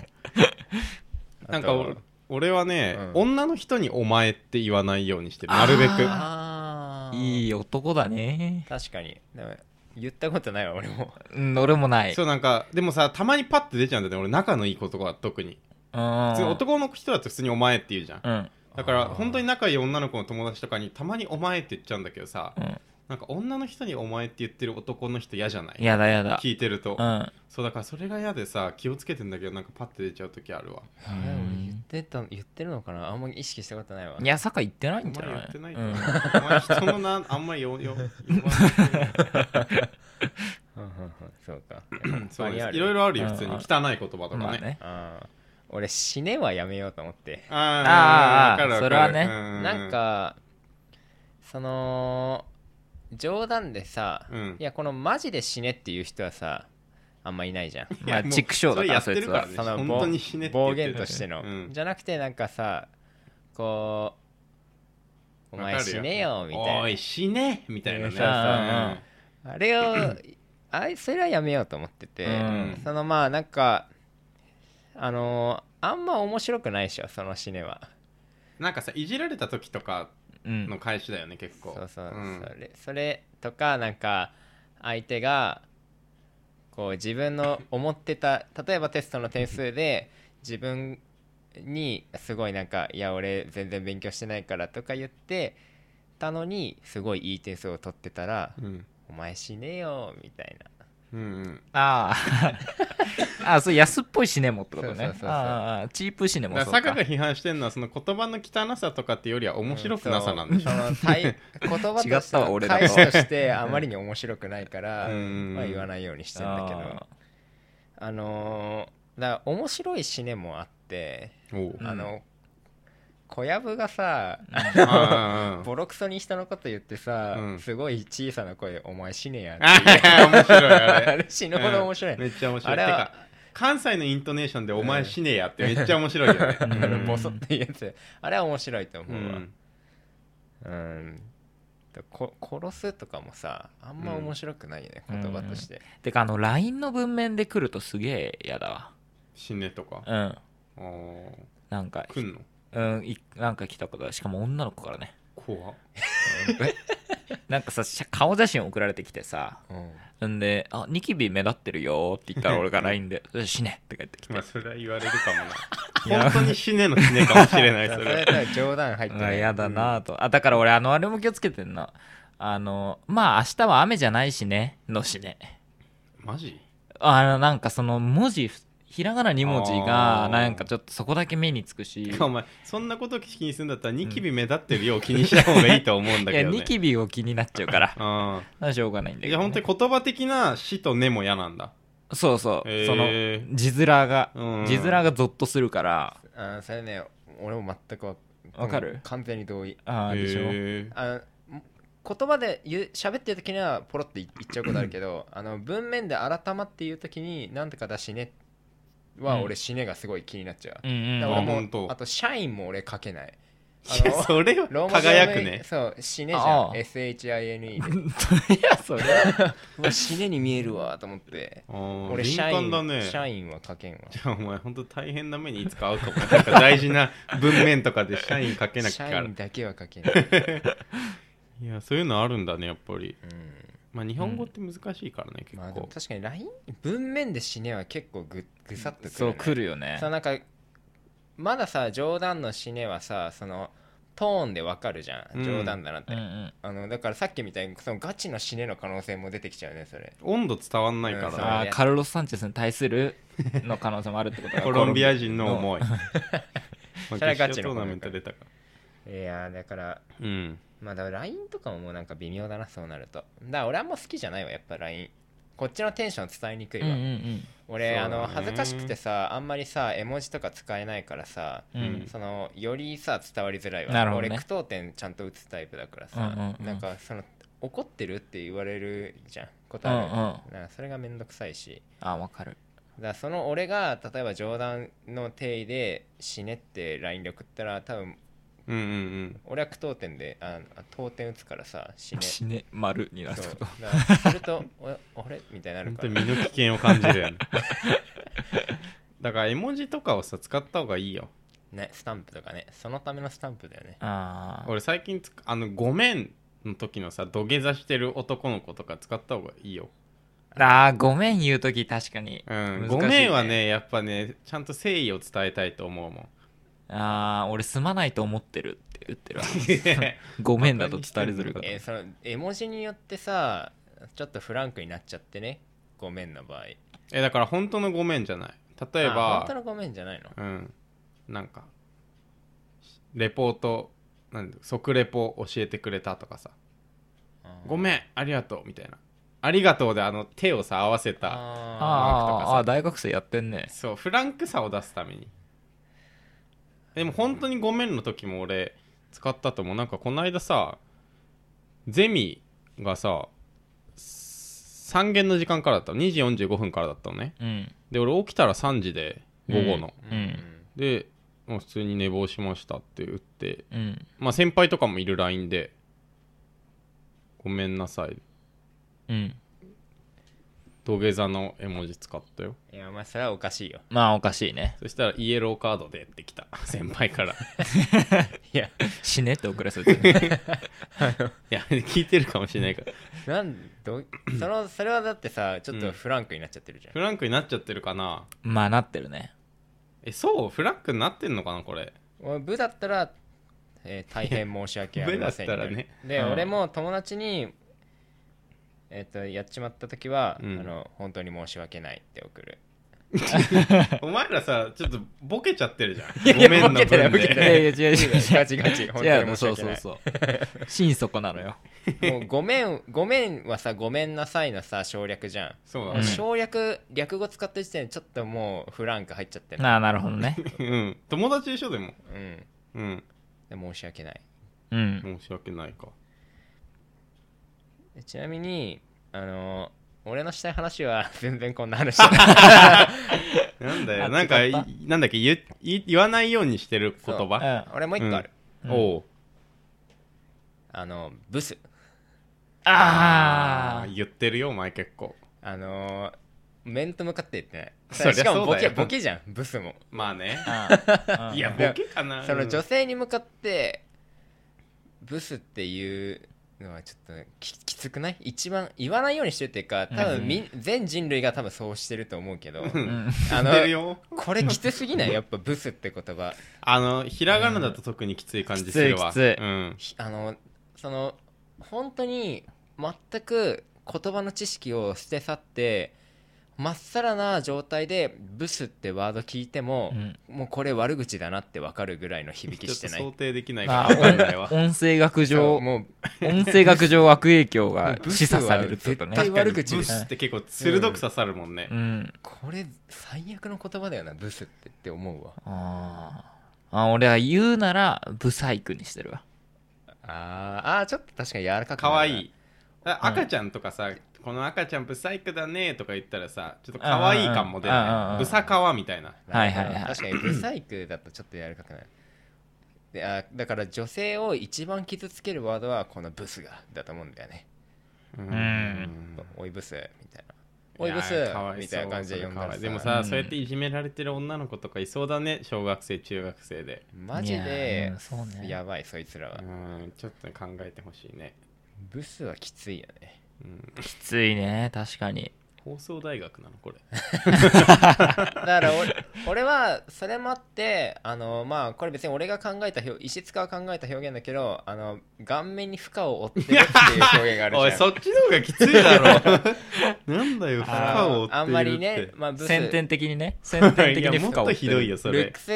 A: あと
B: なんか俺俺はね、
A: うん
B: 女の人に「お前」って言わないようにしてるなるべく
A: あー
C: いい男だね
A: 確かにでも言ったことないわ俺も
C: うん俺もない
B: そうなんかでもさたまにパッて出ちゃうんだよね俺仲のいい子とかは特に
C: うん
B: 普通男の人だと普通に「お前」って言うじゃん、
C: うん
B: だから
A: あー
B: 本当に仲いい女の子の友達とかにたまに「お前」って言っちゃうんだけどさ、
C: うん
B: なんか女の人に「お前」って言ってる男の人嫌じゃない
C: やだやだ
B: 聞いてると、
C: うん
B: そうだからそれが嫌でさ気をつけてんだけどなんかパッて出ちゃう時あるわ
A: え俺言ってた言ってるのかなあんまり意識したことないわ
C: いや、坂行ってない
B: お
C: んじゃ
B: 前
C: な
B: 言
C: い
B: ってないと
C: う
B: 思う、
C: ん
B: お前人のなあんまりよよ呼ばない
A: うんうんうんそうか
B: そうで
A: やっぱりあ
B: す
A: る
B: いろいろあるよ普通に
C: うん
B: 汚い言葉とかね,、
C: まあね。
A: あー俺死ねはやめようと思って
B: あ
C: あー
B: ーわかるわかる
C: それはね
B: うん
A: なんかその冗談でさ、
B: うん
A: いやこのマジで死ねっていう人はさあんまいないじゃん
B: いや
C: まあ
B: もう
C: 畜生だから
B: れやってるから
C: そ
B: ね
C: い
A: その
B: 本当に死ねって言っ
A: 暴
B: て
A: 言
B: る
A: としての、
B: うん
A: じゃなくてなんかさこうお前
B: わかる
A: 死ねよみた
B: お
A: い
B: い死ねみたいな
A: そう
C: そう
B: ね
A: なあれを [clears throat] あいそれはやめようと思ってて、
C: うん
A: そのまあなんかあのーあんま面白くないでしょその死ねは
B: なんかさいじられた時とか
C: うん
B: の返しだよね結構
A: そうそう、
B: ん
A: それそれとかなんか相手がこう自分の思ってた例えばテストの点数で自分にすごいなんか「いや俺全然勉強してないから」とか言ってたのにすごいいい点数を取ってたら
B: うん
A: 「お前死ねよ」みたいな
B: うんうん
C: ああ。あ、そう、安っぽいシネモってこと
A: そう
C: ね
A: そう。そうそう
C: ああ、チープシ
B: だ
C: ネモ
B: から
C: そうか。
B: 坂が批判してるのはその言葉の汚さとかっていうよりは面白くなさなんでしょ
A: その対言葉と
C: [laughs] 違っ
A: したて
C: わ
A: の
C: 俺らと
A: 返しとしてあまりに面白くないから、
B: うん
A: まあ、言わないようにしてんだけど
C: あ
A: あのーだから面白い死ねもあって
B: おう
C: うん
A: あの小籔がさ
B: あー
A: ボロクソに人のこと言ってさ、
B: うん
A: すごい小さな声で「お前死ねや」って
B: あー面白いあ
A: あ
B: れ
A: れ死ぬほど面白い、
B: うんめっちゃ面白い
A: あれは
B: てか関西のイントネーションで「お前死ねや」ってめっちゃ面白いよね
C: うん
A: あのボソっていうやつあれは面白いと思
B: う
A: うわ
B: ん
A: うんだこ殺すとかもさあんま面白くないよね、
C: うん
A: 言葉として、
C: てか、あの、LINE の文面で来るとすげえ嫌だ
B: 死ねとか
C: わ。うん。
B: あー
C: なんか、
B: 来んの
C: うん、いなんか来たことあるしかも女の子からね。 [laughs]
B: 怖っ
C: なんかさ、写顔写真送られてきてさ、
A: うん
C: んで、あ、ニキビ目立ってるよって言ったら俺が
B: [laughs]
C: LINE で、うん死ねって帰ってきて
B: まあ、。それは言われるかもな。本当に死ねの死ねかもしれない、
A: [laughs]
B: そ
A: そ
B: れ
A: れ
B: は。
A: とは冗談入って
C: あ
A: ない
C: やだなぁと、あだから俺あのあれも気をつけてんなあのまあ明日は雨じゃないしねのしね
B: マジ
C: あのなんかその文字ひらがな2文字
B: あ
C: が
B: ー
C: なんかちょっとそこだけ目につくして
B: かお前、そんなこと気にするんだったら、ニキビ目立ってるよう気にした方がいいと思うんだ
C: い
B: け
C: や
B: ど、ね。
C: ニキビを気になっちゃうから
B: あ
C: しょうがないんだ
B: い
C: けど、
B: や、
C: ね、
B: 本当に言葉的な死とねも嫌なんだ。
C: そうそう、
B: へー
C: その字面が
B: うん
C: 字面がゾッとするから
A: あそれね俺も全くわ
C: わかる
A: うん完全に同意
C: あーでしょ、
B: へー
A: あのん言葉で言う喋ってる時にはポロって言っちゃうことあるけどあの文面で改まって言う時になんとかだしねは
C: うん
A: 俺死ねがすごい気になっちゃう、
C: うん
A: だ
C: う
A: か
C: ん
A: ら俺
B: あ本
A: も
B: 当
A: あと社員も俺書けない
B: いや、それは
A: ローマ字の
B: 輝くね。
A: そう死ねじゃ
C: あ
A: ん
C: あ
A: SHINE で
C: [laughs] いやそれ
A: うわ死ねに見えるわと思って
B: 俺
A: 俺社員、
B: だね。
A: 社員は書けんわ
B: じゃあお前本当大変な目にいつか会うかもなんか大事な文面とかで社員書けなきゃ
A: 社
B: から
A: 員だけは書けない、
B: いやそういうのあるんだねやっぱり
A: うん
B: まあ日本語って難しいからね、
A: まあ
B: 結
A: でも
B: 構、
A: 確かに LINE 文面で死ねは結構ぐぐさっとくる、ね、
C: そう来るよね
A: そうなんかまださ冗談の死ねはさそのトーンでわかるじゃ
B: うん
A: ん冗談だなって、
C: うんうん
A: あのだからさっきみたいにそのガチの死ねの可能性も出てきちゃうねそれ
B: 温度伝わんないか
A: うん
B: ら、
C: あーカルロス・サンチェスに対するの可能性もあるってこと
B: コロンビア人の思いまあ
A: それはガ
B: 決
A: チ
B: 勝
A: の方だから
B: トーナメント出たから
A: いやーだから
B: うん
A: まあだから LINE とかももうなんか微妙だなそうなるとだから俺はもう好きじゃないわやっぱ LINE こっちのテンション伝えにくいわ、
C: ん
A: 俺、
B: そう
A: あ
B: だね
A: の恥ずかしくてさあんまりさ絵文字とか使えないからさ、
C: うんうん
A: そのよりさ伝わりづらいわ
C: なるほどね
A: 俺句読点ちゃんと打つタイプだからさ、
C: うんうんうん
A: なんかその怒ってるって言われるじゃん
C: う
A: 答
C: んう
A: え、
C: んあ
A: なんかそれがめんどくさいし
C: ーわかる
A: だからその俺が例えば冗談の定位で死ねって LINE で送ったら多分
B: うんうん
A: 俺は句読点でああ当点打つからさ死ね
C: 死ね丸になるって
A: そう
C: こと
A: だからするとおあれみたいにな
B: う
A: る
B: ん本
A: か
B: 当
A: ら
B: に身の危険を感じる
A: [laughs]
B: よねだから絵文字とかをさ使った方がいいよ
A: ねスタンプとかねそのためのスタンプだよね
C: ああ
B: 俺最近つくあの「ごめん」の時のさ土下座してる男の子とか使った方がいいよ
C: あーごめん言う時確かに
B: うん
C: 難しいね
B: ごめんはねやっぱねちゃんと誠意を伝えたいと思
A: [laughs]
B: うもん
C: ああ俺すまないと思ってるって言ってるわ
B: い
C: ごめんだと伝わりづらかっ
A: えーその絵文字によってさちょっとフランクになっちゃってねごめんの場合
B: やだから本当のごめんじゃない例え
A: あ本当
B: ば
A: のごめんじゃないの
B: うんなんかレポートなんだ即レポ教えた教えてくれたとかさ「ご
A: ん
B: めんありがとう」みたいな「ありがとう」であの手をさ合わせた
C: た
A: あ
B: マークとか
C: あー
B: さ
C: あー大学生やってんね
B: そうフランクさを出すためにでも本当にごめんの時も俺使ったと思うなんかこの間さゼミがさ3限の時間からだったの2時45分からだったのね
C: うん
B: で俺起きたら3時で午後の、
A: ー
C: うん
B: でもう普通に寝坊しましたって打って
C: うん
B: まあ先輩とかもいる LINE でごめんなさい
C: うん
B: 土下座の絵文字使ったよ
A: いやまあそれはおかしいよ [laughs]
C: まあおかしいね
B: そしたらイエローカードでってきた [laughs] 先輩から
A: いや
C: 死ねって送らせて
B: いや聞いてるかもしれないから
A: なんどそのそれはだってさちょっとフランクになっちゃってるじゃん、
B: フランクになっちゃってるかな
C: まあなってるね
B: えそうフランクになってんのかなこ
C: [laughs]
B: れ
A: 俺部だったら、えー大変申し訳ありません
B: [laughs] 部だったらね
A: で、
C: うん
A: 俺も友達にえっ、とやっちまった時は、
B: うん
A: あの本当に申し訳ないって送る
B: お前らさちょっとボケちゃってるじゃん
C: いやいや
B: ごめんの
C: ボケてない
B: 分
C: ボケて
A: い
C: ない
B: で
A: やいや
C: やいや
A: 違う
C: 違
A: 違
C: う違
A: う
C: う
A: ガチガチ本当に
C: 違う
A: 申
C: の
A: し
C: そう
A: 訳
C: そ
A: な
C: う
A: い
C: そう心底なの [laughs] よ
A: もう [laughs] ごめんごめんはさごめんなさいのさ省略じゃん、
B: そう
A: も
B: だ
A: う
B: ね
A: 省略略語使ってる時点でちょっともうフランク入っちゃってる
C: ああなるほどね
B: うん友達でしょでも
A: うん
B: うん
A: で申し訳ない
C: うん
B: 申し訳ないか
A: ちなみにあの俺のしたい話は [laughs] 全然こんな話じゃ
B: [laughs]
A: ない
B: なんだ
C: あ
B: よなんか
C: 違った
B: いなんだっけ言い言わないようにしてる言
C: う
B: 葉
C: ん
A: 俺もう一個ある、
C: うん
B: おう
A: あのブス
C: ああ
B: 言ってるよお前結構
A: あの面と向かって言ってない
B: そりゃ
A: しかもボ
B: そうだ
A: ケ
B: よ
A: ボケじゃんブスも
B: まあね
C: あ
B: いや
A: で
B: ボケかな
A: その女
B: 性
A: 性に向かってブスっていうのはちょっとききつくない一番言わないようにしてるっていうか多分み、全人類が多分そうしてると思うけど
C: うん
A: あ
B: 知ってる
A: の
B: よ
A: これきつすぎないやっぱブスって言葉
B: あのひらがなだと特にきつい感じするわ、
C: うんきついきつい
B: うん
A: ひあのその本当に全く言葉の知識を捨て去ってまっさらな状態でブスってワード聞いても、もうこれ悪口だなって分かるぐらいの響
B: ち
A: き
B: ょ
A: し
B: っと
A: てない
B: 想定できない
C: ま
B: か
C: あ
B: ら問題は
C: 音音声学上
A: そうもう
C: 音声学上悪影響が
A: ブス
C: 示
A: は
C: 唆されるってこと
A: 絶
C: ね
A: 対悪口
B: ブ
A: です
B: スって結構鋭く刺さるもんね、
C: うん
A: これ最悪の言葉だよなブスってって思うわ
C: あーあ俺は言うならブサイクにしてるわ
A: あーあーちょっと確かに柔らかくなるな
B: かわいいあ赤ちゃんとかさ、この赤ちゃんブサイクだねとか言ったらさちょっとかわいい感も出
C: うんうんうんう
B: なんいブサカワみたいな
C: はいはいはい
A: 確かにブサイクだとちょっと柔らかくなるであだから女性を一番傷つけるワードはこのブスがだと思うんだよね
B: うん
C: ん
A: おいブスみたいなおいブス
B: やーかわいそう
A: みたいな感じで呼んだら
B: でも
C: う
B: さ
C: ん
B: そうやっていじめられてる女の子とかいそうだね小学生中学生で
A: マジ
C: いや
A: で
C: ーうんそうね
A: やばいそいつらは
B: うんちょっと考えてほしいね
A: ブスはきついよね
B: うん
C: きついね確かに
B: 放送大学なのこれ
A: だから俺 [laughs] 俺はそれもあってあのまあこれ別に俺が考えた表石塚が考えた表現だけどあの顔面に負荷を負ってるっていう表現がある
B: [laughs] おい
A: じゃん
B: そっちの方がきつい
A: [laughs]
B: だろなんだよ負荷を負ってるって
A: あんまりね、まあ、ブス
C: 先天的
B: [laughs]
C: にね先
B: い
C: 天的
B: や
C: に
B: も
C: 負
B: っ
C: 荷
B: と
C: を負って
B: ひ
C: る
B: どいよそ
A: ルッ
B: れ
A: クス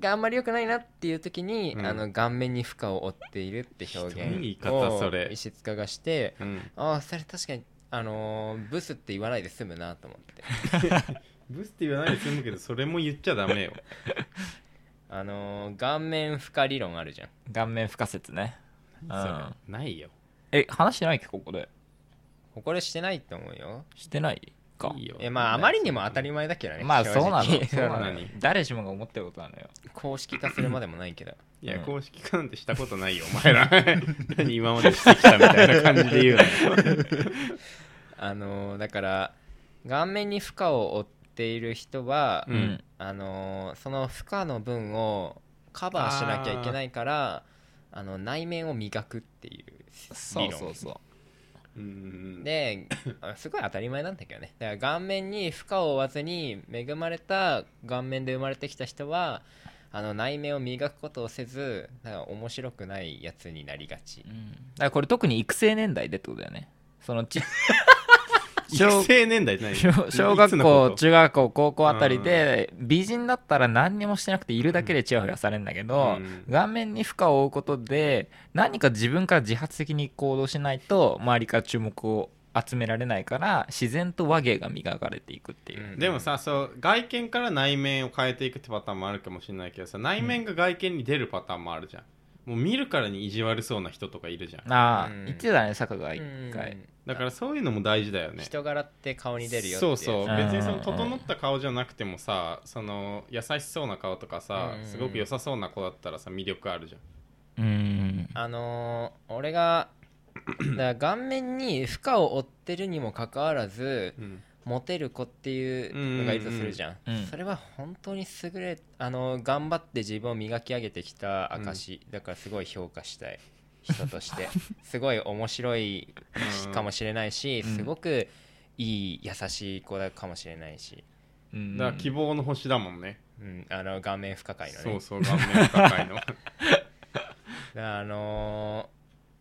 A: があんまり良くないなっていう時に、
B: うん
A: あの顔面に負荷を負っているって表
B: ひどい言い
A: 現
B: 方そ
A: を
B: れ
A: 石塚がして
B: うん
A: ああそれ確かにあのーブスって言わないで済むなと思
C: [laughs]
A: って
B: ブスって言わないで済むけどそれも言っちゃダメ [laughs] よ
A: あのー顔面負荷理論あるじゃん
C: 顔面不可説ね
B: それないよ
C: え話してないっけここで
A: ここでしてないと思うよ
C: してないか
B: いいよ
A: えまああまりにも当たり前だけどね
C: まあ
A: 正
C: そ
A: 直 [laughs]
C: うなのそうな
B: なの
C: の
B: に
C: 誰しもが思ってることなのよ
A: 公式化するまでもないけど
B: いや、
C: うん
B: 公式化なんてしたことないよ、お前ら。 [laughs] 何今までしてきたみたいな感じで言うの。
A: あのーだから顔面に負荷を負っている人は、
B: うん
A: あのーその負荷の分をカバーしなきゃいけないからあの内面を磨くっていう
C: そ
A: 理
C: う
A: 論
C: そうそ
B: [laughs] う
C: う
B: ん、
A: であすごい当たり前なんだけどねだから顔面に負荷を負わずに恵まれた顔面で生まれてきた人はあの内面を磨くことをせずだから面白くないやつになりがち
C: うんだからこれ特に育成年代でってことだよねそ
B: [laughs]
C: のち
B: 育成年代じゃない
C: 小小学校中学校高校あたりで美人だったら何にもしてなくているだけでチヤホヤされるんだけど、
B: うん
C: 顔面に負荷を負うことで何か自分から自発的に行動しないと周りから注目を集められないから自然と和芸が磨かれていくっていう、
A: うん
B: でもさそう外見から内面を変えていくってパターンもあるかもしれないけどさ内面が外見に出るパターンもあるじゃん、もう見るからに意地悪そうな人とかいるじゃん
C: ああ、
A: うん
C: 言ってたね坂が一回、
A: うん
B: だからそういうのも大事だよね
A: 人柄って顔に出るよって
B: そ
A: や
B: う
A: つ
B: そう
C: うん
B: 別にその整った顔じゃなくてもさその優しそうな顔とかさ
A: うん
B: すごく良さそうな子だったらさ魅力あるじゃん
C: うん
A: あのー俺がだから顔面に負荷を負ってるにもかかわらず
B: うん
A: モテる子っていうのがいるとするじゃん,、
C: うんうんうん
A: それは本当に優れあの頑張って自分を磨き上げてきた証、だからすごい評価したい人として
C: [laughs]
A: すごい面白いかもしれないし、
C: うん
A: すごくいい優しい子だかもしれないし、
C: うん
B: だから希望の星だもんね、
A: うん、あの顔面不可解のね
B: そうそう顔面高いの
A: だからあのー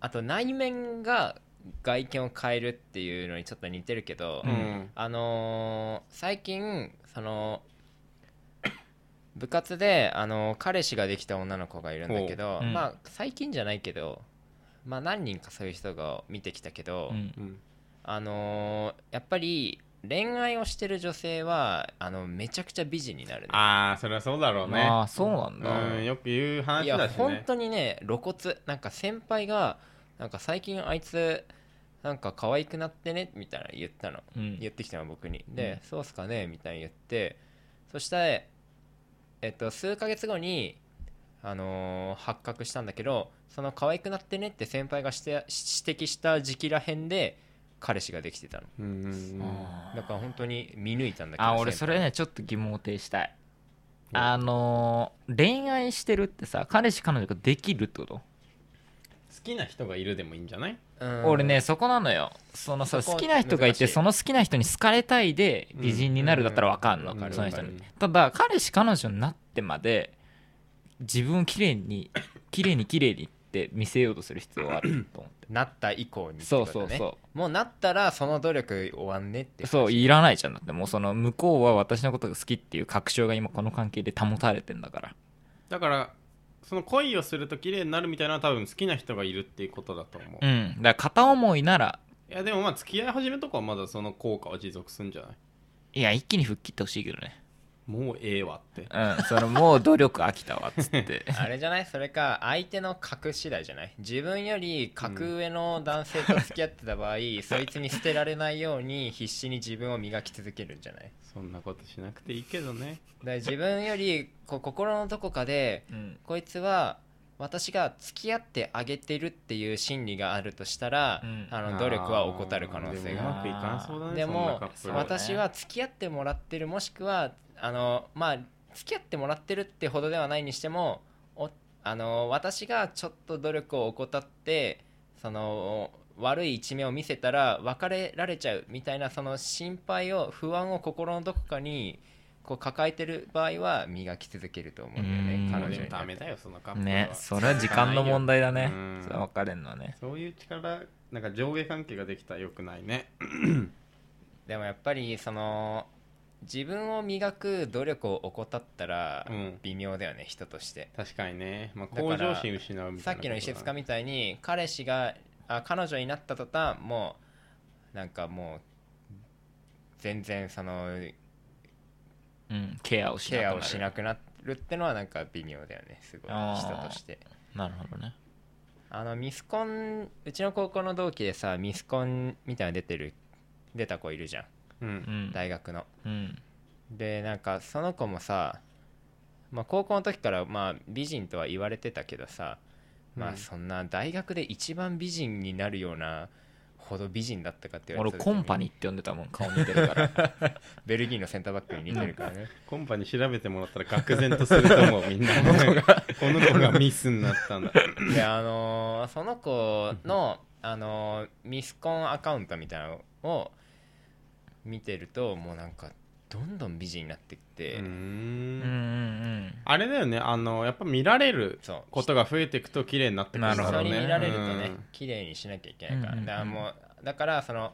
A: あと内面が外見を変えるっていうのにちょっと似てるけど、
C: うん
A: あのー最近その [coughs] 部活で、あのー彼氏ができた女の子がいるんだけど、
C: ほううん
A: まあ最近じゃないけど、まあ、何人かそういう人が見てきたけど、
C: うん
B: うん
A: あのーやっぱり恋愛をしてる女性はあのめちゃくちゃ美人になるね
B: ああそれはそうだろうね
C: ああそうなんだ、
B: うんよく言う
A: い
B: 話
A: や
B: だし
A: 本
B: ね
A: 当にね露骨なんか先輩がなんか最近あいつなんか可愛くなってねみたいな言ったの
C: うん
A: 言ってきたの僕にで
C: う
A: 「そうっすかね」みたいに言ってそしたら、えっと、数ヶ月後に、あのー発覚したんだけどその可愛くなってねって先輩がしてし指摘した時期らへんで彼氏ができてたの
B: うんうんうん
C: あー
A: だから本当に見抜いたんだけど
C: あ俺そ
A: 先輩
C: れねちょっと疑問を呈したいあのー恋愛してるってさ彼氏彼女ができるってこと
B: 好きな人がいるでもいいんじゃない
A: うん
C: 俺ねそこなのよそのさ
A: そこ
C: 好きな人がいて
A: 難しい
C: その好きな人に好かれたいで美人になるだったらわかんの、
A: うんうん
C: その人に、
B: うん
C: ただ彼氏彼女になってまで自分を綺麗に綺麗に綺麗にって見せようとする必要はあると思って
A: なった以降にって
C: そう
A: こと
C: そう
A: ね
C: そ
A: もうなったらその努力終わんねって
C: うそういらないじゃんだってもうその向こうは私のことが好きっていう確証が今この関係で保たれてんだから
B: だからその恋をすると綺麗になるみたいなのは多分好きな人がいるっていうことだと思う、い
C: うんだから片思いなら
B: やでもまあ付き合い始めとかはまだその効果は持続するんじゃない
C: いや一気に吹っ切ってほしいけどね
B: もうええわって
C: うんそのもう努力飽きたわっつって
A: [laughs] あれじゃないそれか相手の格次第じゃない自分より格上の男性と付き合ってた場
C: [laughs]
A: 合、そいつに捨てられないように必死に自分を磨き続けるんじゃない
B: そんなことしなくていいけどね
A: だから自分よりこう心のどこかで
C: うん
A: こいつは私が付き合ってあげてるっていう心理があるとしたら、
C: うん
A: あの努力は怠る可能性
B: で
A: が
B: もうまくいかなそうだね
A: で
B: そんな
A: も
B: カップル
C: そう
B: は
C: だね
A: 私は付き合ってもらってるもしくはあのまあ付き合ってもらってるってほどではないにしてもおあの私がちょっと努力を怠ってその悪い一面を見せたら別れられちゃうみたいなその心配を不安を心のどこかにこう抱えてる場合は磨き続けると思うんだよ
C: うん
A: ね彼女
B: 彼
A: に
B: 女
A: なって
B: ダメだよそのカップルは、
C: ねそれは時間の問題だね
B: うん
C: それは別れんのはね
B: そういう力なんか上下関係ができたらよくないね
A: でもやっぱりその自分を磨く努力を怠ったら
B: うん
A: 微妙だよね、人として
B: 確かにね、まあ、
A: だか
B: 向
A: ら
B: 上心失うみた
A: さ
B: い
A: っ
B: なことだね
A: きの石塚みたいに彼氏があ彼女になった途端もうなんかもう全然その
C: うんケアをし
A: ケ
C: なくな
A: ア
C: る
A: をしなくなるってのはなんか微妙だよねすごい
C: あ
A: 人
C: ー
A: として
C: なるほどね
A: あのミスコンうちの高校の同期でさミスコンみたいなの出てる出た子いるじゃん
B: う
C: うんん
A: 大学の
C: うん
A: でなんかその子もさ、まあ、高校の時からまあ美人とは言われてたけどさ、ま
B: う
A: あ
B: ん
A: そんな大学で一番美人になるようなほど美人だったかって言われ
C: 俺
A: て
C: コンパニーって呼んでたもん顔似てるから [laughs]
A: ベルギーのセンターバックに似てるからね
B: コンパに調べてもらったら愕然とすると思
A: [laughs]
B: うみんなこの子がミスになったんだ
A: であのーその子の、あのーミスコンアカウントみたいなのを見てるともうなんかどんどん美人になってきて、
B: うー
C: うん
B: ん
C: うんうん
B: あれだよねあのやっぱ見られる
A: そう
B: ことが増えていくと綺麗になってくるんだ
C: なるほ
A: 人
C: どね
A: に見られるとね
B: うん
A: 綺麗にしなきゃいけないから、
C: うんうんうん
A: だからもうだからその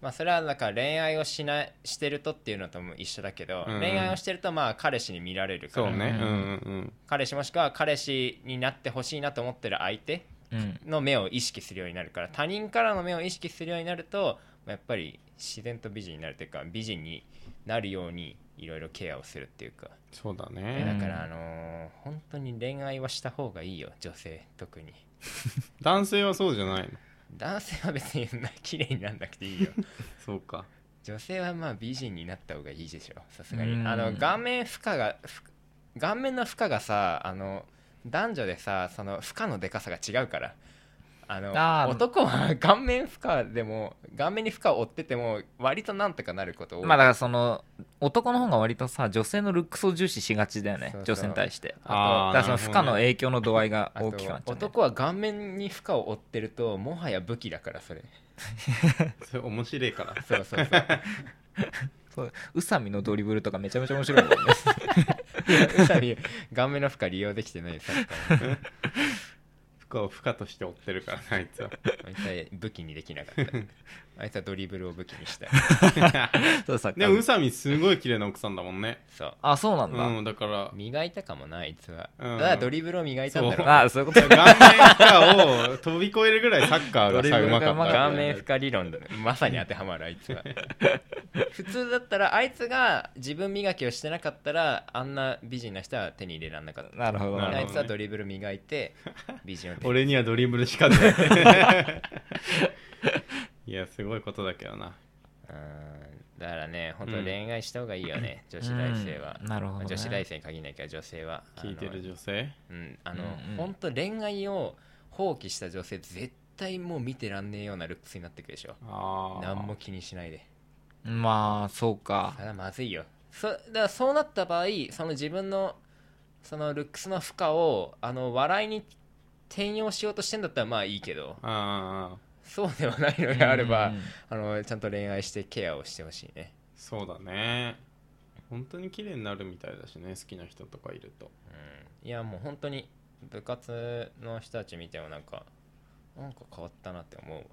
A: まあそれはだから恋愛をしないしてるとっていうのとも一緒だけど、
B: うんうん
A: 恋愛をしてるとまあ彼氏に見られるか
B: そう
A: ら、
B: ね
C: う
B: うんんうん
A: 彼氏もしくは彼氏になってほしいなと思ってる相手
C: うん
A: の目を意識するようになるから他人からの目を意識するようになるとまあやっぱり自然と美人になるというか美人になるようにいろいろケアをするっていうか
B: そうだ
A: で
B: ね
A: だか
C: うん
A: らあのー本当に恋愛はした方がいいよ女性特に。
B: 男性はそうじゃないの
A: 男性は別にそんな綺麗になんなくていい
C: [laughs]
A: よ
B: そうか
A: 女性はまあ美人になった方がいいでしょさすが
C: う
A: に
C: ん
A: あの顔面負荷がふ顔面の負荷がさあの男女でさその負荷のでかさが違うからあの
C: あー
A: 男は顔面負荷でも顔面に負荷を負ってても割となんとかなることを、
C: まあだからその男の方が割とさ女性のルックスを重視しがちだよ
A: そ
C: ね
A: うそう
C: 女性に対して
B: あ
C: だ
B: ー
C: からその負荷の
B: なる
C: 影響の度合いが
A: あと
C: 大きくなっちゃう、ね、
A: 男は顔面に負荷を負ってるともはや武器だからそれ
B: それ面白いから
A: そうそう
C: [laughs]
A: そう
C: そう宇佐美のドリブルとかめちゃめちゃ面白いもんね
A: [laughs] 宇佐美顔面の負荷利用できてないさっきから
B: 負荷を負荷として追ってるからねあい
C: [laughs]
B: つは
A: あいつは武器にできなかったあいつはドリブルを武器にした
C: そうさ
B: でも宇佐美すごい綺麗な奥さんだもんね
A: そう
C: あそうなんだ、
B: うんだから
A: 磨いたかもなあいつは、
B: うん
A: ただドリブルを磨いたんだろう
C: ああそういうこと
B: 顔面負荷を飛び越えるぐらいサッカーがさうまかった
C: ドリブルが上手かった
A: 顔面負荷理論だねまさに当てはまるあいつ
C: [laughs]
A: は普通だったらあいつが自分磨きをしてなかったらあんな美人な人は手に入れられなかった
C: なるほど
B: なるほど
A: あいつはドリブル磨いて美人を手に入れ
B: 俺にはドリブルしか
C: [laughs]
B: ない。いや、すごいことだけどな。
A: うんだからね本当恋愛した方がいいよね、女子大生は、
C: うんなるほどね
A: 女子大生に限らないけど女性は
B: 聞いてる
A: あの
B: 女性
A: うんあの
C: うんうん
A: 本当恋愛を放棄した女性絶対もう見てらんねえようなルックスになってくるでしょ
B: ああ。
A: 何も気にしないで
C: まあそうか
A: ただまずいよそだからそうなった場合その自分のそのルックスの負荷をあの笑いに転用しようとしてんだったらまあいいけど
B: ああ
A: そうではないの [laughs] であれば、
C: うん
A: あのちゃんと恋愛してケアをしてほしいね
B: そうだね本当に綺麗になるみたいだしね好きな人とかいると
A: うんいやもう本当に部活の人たち見てもなんかなんか変わったなって思うわ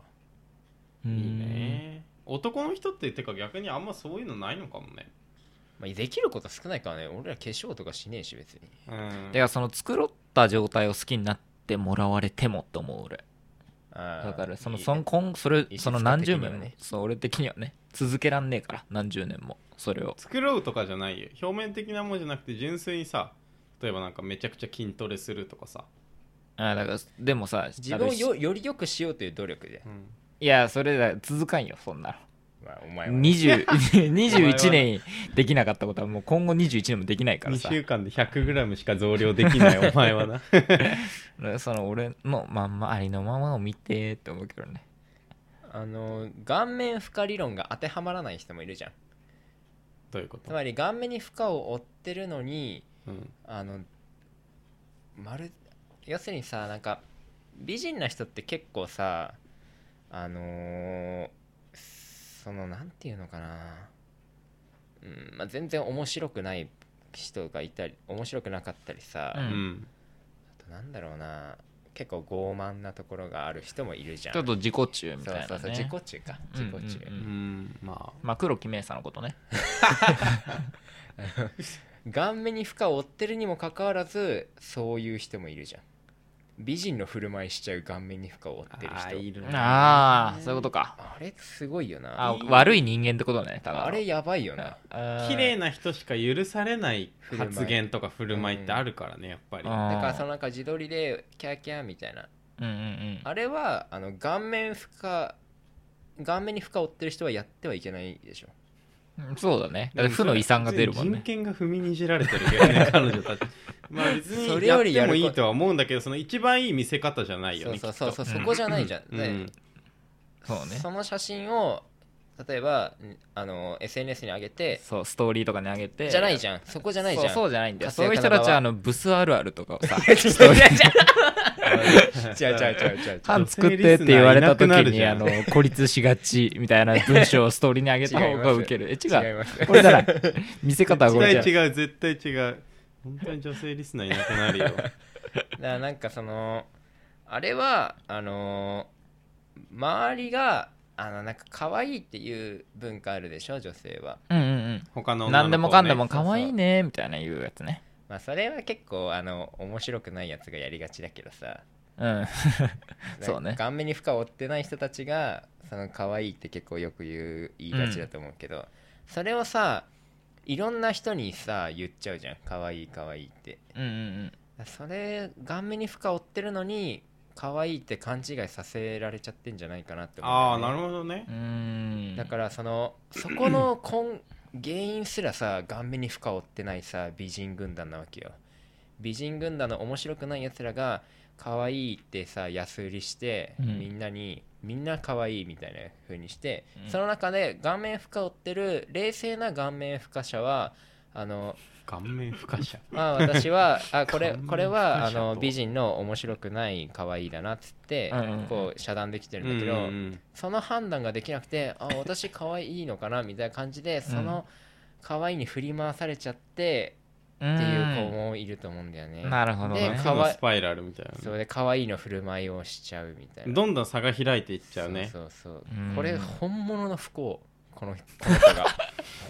B: いいね男の人っててか逆にあんまそういうのないのかもね
A: まあ、できること少ないからね俺ら化粧とかしねえし別に
B: うん
C: だからその繕った状態を好きになってもらわれてもって思う俺
A: あー
C: だからその
A: いいね
C: その今それ
A: いい
C: その何十
A: 質感
C: 年
A: 的には
C: も
A: ね
C: そう俺的にはね続けらんねえから何十年もそれを
B: 繕うとかじゃないよ表面的なもんじゃなくて純粋にさ例えばなんかめちゃくちゃ筋トレするとかさ、
C: あだからでもさ
A: 自分を
C: 多
A: よ
C: 分
A: より良くしようという努力で
B: う、ん、
C: いやそれだ続かんよそんな
A: まあ、お前は
C: の20
A: [laughs]
C: 21年できなかったことはもう今後21年もできないから
B: 2
C: さ
B: 週間で 100g しか増量でき [laughs] ないお前はな
C: その俺のまんまありのままを見てって思うけどね
A: あの顔面負荷理論が当てはまらない人もいるじゃん
B: どういうこ
A: つ
B: と、
A: まり顔面に負荷を負ってるのに
B: うん、
A: あのまる要するにさなんか美人な人って結構さあのーそのなんていうのかな、うんまあ、全然面白くない人がいたり面白くなかったりさ、
C: う
B: うんん
A: あとなんだろうな結構傲慢なところがある人もいるじゃん
C: ちょっと自己中み
A: そ
C: たいうな、ね、
A: そうそう自己中か
C: うん
A: 自己中、
C: うんうん
B: うんまあ
C: まあ黒木メイさんのことね
A: 顔面に負荷を負ってるにもかかわらずそういう人もいるじゃん美人の振る舞いしちゃう顔面に負荷を負ってる人
B: あ
A: あ
B: ーいるね
C: ああそういうことか
A: れすごいよな
C: あ
A: あ
C: 悪い人間ってことねただの
A: れやばいよな
C: あ
B: 綺麗
C: な
B: な人しか許されない
A: 振る舞い
B: 発言とか振る舞いってあるからねやっぱり、
A: だからそのなんか自撮りでキャーキャーみたいな
C: うんうんうん
A: あれはあの顔面負荷顔面に負荷を負ってる人はやってはいけないでしょ
C: うんそうだねだって負の遺産が出るもん
B: 人
C: ね
B: 権が踏みにじられてるけどね彼女たちまあ別
A: そ
B: に
A: れ
B: やっ
A: よりや
B: て
A: る
B: も
A: こ
B: いいとは思うんだけどその一番いい見せ方じゃないよね
A: そうそうそうそう
B: き
A: そこじゃないじゃん、
B: っと
A: で
B: うん
C: そうね
A: その写真を例えばんあの SNS に上げて
C: そうストーリーとかにあげて
A: じゃないじ
C: ゃん
A: ゃんそこじゃないじゃん
C: そうそう [laughs] じゃないんだよ
A: 活
C: そう
A: 躍
C: いう
A: の
C: 人
A: 場
C: たちは
A: は
C: あのブスあるあるとかを
A: [laughs]
C: さ
A: 違う違う違う違う違う違う違う違う違う違う
C: 缶作ってって言われた時
B: 女性リスナーいなくなる
C: に
B: じ
C: あ
B: ゃん
C: の孤立しがちみたいな文章をストーリーにあげた方がウケるえ違
A: 違いうます
C: これじ
A: [laughs]
C: ゃない見せ方はこれ
B: 絶
C: じゃ
B: 対
C: ない
B: 違う絶対違う本当に女性リスナーいなくなるよ
A: だからなんかそのあれはあのー周りがあのなんか可愛いっていう文化あるでしょ女性は、
C: うんうん
B: 他の
C: うん
B: 女
C: 何
B: の子をね
C: でもかんでも可愛いねみたいな言うやつね
A: まあ、それは結構あの面白くないやつがやりがちだけどさ [laughs]
C: うんそう
A: なん
C: ね
A: か顔面に負荷を負ってない人たちがその可愛いって結構よく言う言いがちだと思うけど、それをさいろんな人にさ言っちゃうじゃん可愛い可愛いって
C: うんうん
A: それ顔面に負荷を負ってるのに可愛いって勘違いさせられちゃってんじゃないかなって思う、
B: ああなるほどね
C: うんうーん
A: だからそのそこの根原因すらさ顔面に負荷を負ってないさ美人軍団なわけよ美人軍団の面白くないやつらが可愛いってさ安売りして、
C: うん
A: みんなにみんな可愛いみたいな風にして、
C: うん
A: その中で顔面負荷を負ってる冷静な顔面負荷者はあの
B: 顔面不可者
A: まあ私はあこ
C: [laughs]
A: れ
B: 顔面
A: これはあ
B: 不可者
A: の
B: と
A: 美人の面白くない可愛いだなっつって
C: うんうんうん
A: こう遮断できてるんだけど
B: うん
A: その判断ができなくてあ私可愛いのかなみたいな感じでその可愛いに振り回されちゃって
C: っ
A: っていう子もいると思うんだよね。
C: なるほど
A: で
C: ね
A: か
B: か
A: わい
B: スパイラルみたい
A: それ
B: なね
A: で可愛いの振る舞いをしちゃうみたいな。っ
B: どんどん差が開いていっちゃうね
A: そうそう
C: うん
A: これ本物の不幸こ
C: [laughs]
A: のこの子が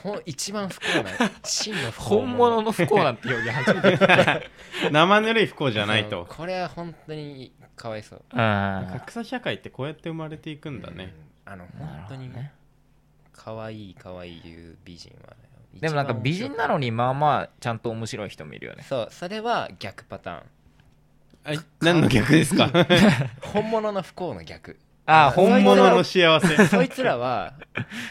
A: ほん一番不幸な真の不幸
C: 本物の不幸なんて表現初めて聞い [laughs] た
B: 生ぬるい不幸じゃない
A: そう
B: と
A: これは本当にかわいそう。
C: うん
B: 格差社会ってこうやって生まれていくんだね、
A: うんあの
C: なる
A: 本
C: ほ
A: 当
C: ど
A: に
C: ね
A: 可愛い可愛いいう美人はね、
C: でもなんか美人なの
A: に
C: にまあまあちゃんと面白い人もいるよね
A: そうそれは逆パターン
B: はい何の逆ですか
A: 本物の不幸の
B: [laughs]
A: 逆
C: ああ
B: 本
C: 本
B: 物
C: 物
B: の
C: の
B: 幸せ
A: そいつらは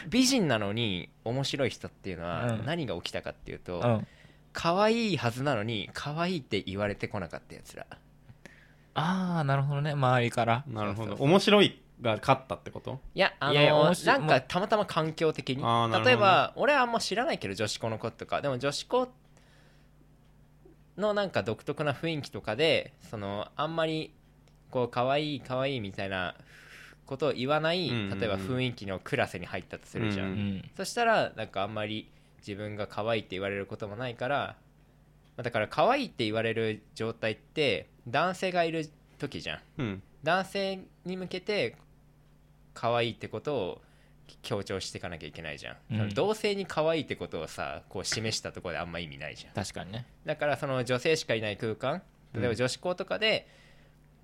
A: 美人なのに面白い人っていうのは
C: うん
A: 何が起きたかっていうと、
C: うん
A: 可愛いはずなのに可愛いって言われてこなかったやつら
C: ああなるほどね周りから
B: [laughs] なるほ
A: そうそう
B: ど
A: そう
B: 面白いが勝ったってこと
A: いやあの
C: いやいや面白
A: ないんかたまたま環境的に
B: あーなるほどね
A: 例えば俺はあんま知らないけど女子校の子とかでも女子校のなんか独特な雰囲気とかでそのあんまりこう可愛い可愛いみたいなことを言わない
B: うんうんうん
A: 例えば雰囲気のクラスに入ったとするじゃん、
B: うんうん
C: うん
A: そしたらなんかあんまり自分が可愛いって言われることもないからまあだから可愛いって言われる状態って男性がいる時じゃん
B: うん
A: 男性に向けて可愛いってことを強調していかなきゃいけないじゃん、
C: うん
A: その同性に可愛いってことをさこう示したところであんま意味ないじゃん
C: 確かにね
A: だからその女性しかいない空間
B: うん
A: 例えば女子校とかで、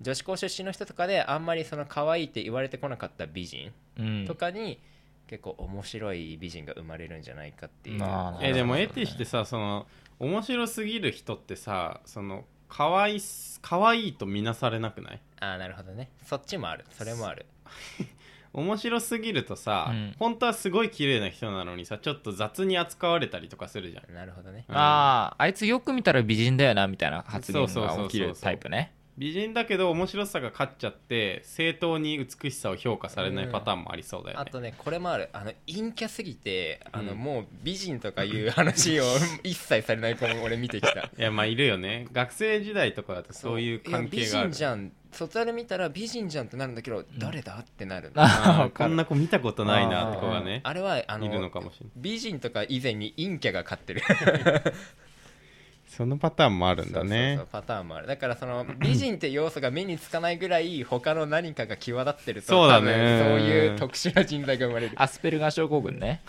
A: 女子校出身の人とかであんまりその可愛いって言われてこなかった美人
C: うん
A: とかに、結構面白い美人が生まれるんじゃないかっていう、
C: まあ
B: えでも
C: な
B: エ
C: るほど
B: ティしてさその面白すぎる人ってさその可愛い可愛いと見なされなくない
A: ああなるほどねそっちもあるそれもある
B: 面白すぎるとさ、
C: うん
B: 本当はすごい綺麗な人なのにさちょっと雑に扱われたりとかするじゃん
A: なるほどね
B: うん
C: あああいつよく見たら美人だよなみたいな発言が起きるタイプね
B: 美人だけど面白さが勝っちゃって正当に美しさを評価されないパターンもありそうだよね
A: あ、とねこれもあるあの陰キャすぎてあの、
B: うん
A: もう美人とかいう
B: [laughs]
A: 話を一切されない子も俺見てきた
B: いやまあいるよね学生時代とかだと [laughs] そういう関係があ
A: や
B: る
A: 美人じゃん外で見たら美人じゃんってなるんだけど、誰だってなる
B: あ
C: わ
B: ーこ
C: か
B: [laughs]
C: る
B: んな子見たことないなって子がね
A: あれはあの
B: いるのかもしれない
A: 美人とか以前に陰キャが勝ってる
B: そのパターンもあるんだね
A: そうそうそうパターンもあるだからそ
B: [clears throat]
A: の美人って要素が目につかないぐらい他の何かが際立ってると
B: そうだね
A: 多分そういう特殊な人材が生
B: [laughs]
A: まれる
C: アスペルガー症候群ね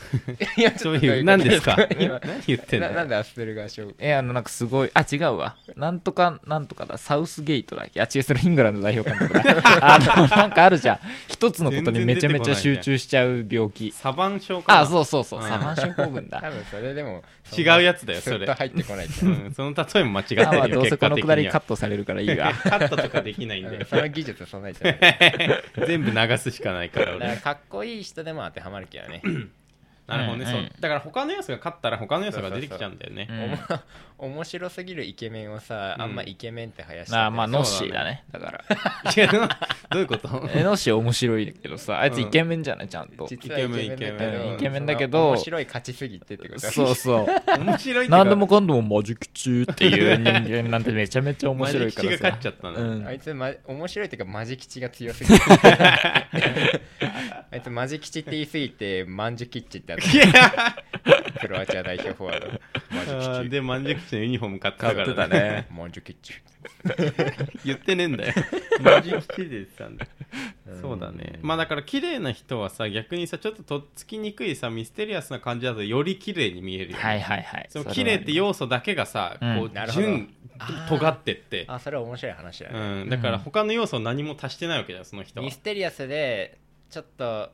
A: いやち
B: そ
A: ょ
B: う
A: っとど
B: い
A: こ
B: うう
A: と
B: 何ですか
A: [laughs] 今
B: 何言ってん
A: なな
B: の
A: んでアスペルガー症
C: えあのなんかすごいあ違うわなんとかなんとかだサウスゲートだっけあ違うそれイングランド代表監 [laughs] 督だあのなんかあるじゃん一つのことにめちゃめちゃ集中しちゃう病気
B: サバン症かな
C: あそうそうそう
B: うん
C: サマン症候群だ
A: 多分それでも
B: 違うやつだよそ
A: ス
B: れ
A: ッと入ってこないって
B: うんその例えも間違ってる
C: あまあ
B: よ
C: どうせ
B: 結
C: こ
B: 果
C: の
B: 的
C: く
B: に
C: だりカ
B: は
C: ットされるからいいが
B: [laughs] カットとかできないんだ
A: う
B: よ
C: [laughs]
A: んその技術そんないじゃ
B: [laughs]
A: ない
B: 全部流すしかないから
A: だから
B: 俺
A: かっこいい人でも当てはまるけどね
B: なるほどね
C: うんうん
B: そうだから他の要素が勝ったら他の要素が出てきちゃうんだよね
C: うん
A: 面白すぎるイケメンをさあんまイケメンって生やして
C: あ [laughs] まあ
B: そうだね
C: ノッシーだねだ
B: い
C: から
B: やどういうこと
C: [laughs] えノッシー面白いけどさあいつイケメンじゃないちゃんと
A: 実はイケメンだけど
B: イケメンイケメン
A: うん
B: イ
C: ケメンだけど
A: 面白い勝ちすぎてってことだ
C: そうそう
B: [laughs] 面白いっていうか
C: 何でもかんでもマジ吉っていう人間なんてめちゃめちゃ面白いから
B: マジ吉が勝っち
C: さ
B: ゃった
C: う
B: の
C: ん
A: あいつ、ま、面白いっていうかマジ吉が強
B: [laughs]
A: すぎてあいつマジ吉って言いすぎてマンジュキッチってあったクロアチア代表フォワードマジ
B: あー
A: 吉
B: で満足地のユニフォーム買ってたから
C: 買ってたね
A: マンジュキッチ
B: [laughs] 言ってねえんだよマジ吉で言ってたんだそうだねまあだから綺麗な人はさ逆にさちょっととっつきにくいさミステリアスな感じだとより綺麗に見えるよ、ね
C: はいはいはい
B: その綺麗って要素だけがさ、
C: うん
B: こ
A: な
B: う
A: るほど
B: 順
A: あー
B: 尖ってって、
A: あそれは面白い話だね、
B: うん、だから他の要素を何も足してないわけだよその人は
A: ミステリアスでちょっとあ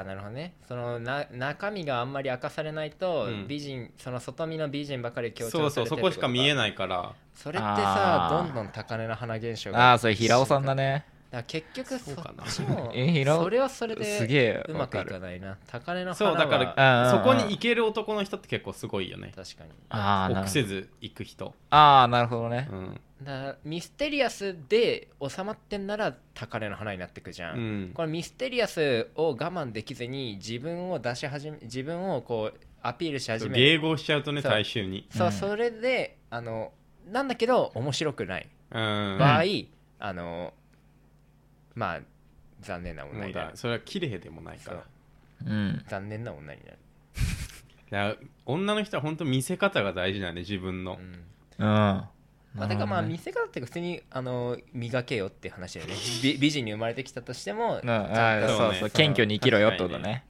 A: あなるほどねそのな中身があんまり明かされないと、
B: うん
A: 美人その外見の美人ばかり強調さ
B: そ
A: れ
B: う
A: て
B: そうそこしか見え
A: い
B: ないから
A: それってさ
C: あ
A: ど
C: ー
A: んどん高値の花現象が
C: ああそれ平尾さんだね
A: だから結局そ
B: そうかな
A: っちも
C: え平尾
A: それはそれ
C: すげ
A: で
C: え
A: う
C: わ
A: まく
C: か
A: い
C: る
A: かないな高値の花
B: そう
A: は
B: だから
C: うん
B: そこに行ける男の人って結構すごいよね
A: 確かに
C: ああな
B: 臆
C: る
B: せず行く人、
C: あーなるほどね
B: うん
A: だからミステリアスで収まってんなら高値の花になってくじゃ、
B: うんん、
A: このミステリアスを我慢できずに自分を出し始め自分をこうアピールし始める
B: 迎合しちゃうとね
A: そう
B: 大衆に、
A: そううんそれであのなんだけど面白くない
B: うん、
A: 場合、あのまあ残念な
B: も
A: 女
B: う
A: にな
B: だ
A: る
B: それは綺麗でもないから
A: そう
C: うん
A: 残念な女になる、
B: だから女の人は本当見せ方が大事だよね自分の
A: う、ん
C: うんま
A: まあ、だからまあ見せ方っていうか普通にあの磨けよって話
B: [laughs]
A: だよね美美人に生まれてきたとしても
C: あー
B: そうね
C: そうそ
B: そうう
C: 謙虚に生きろよってこと
B: 確かに
C: ね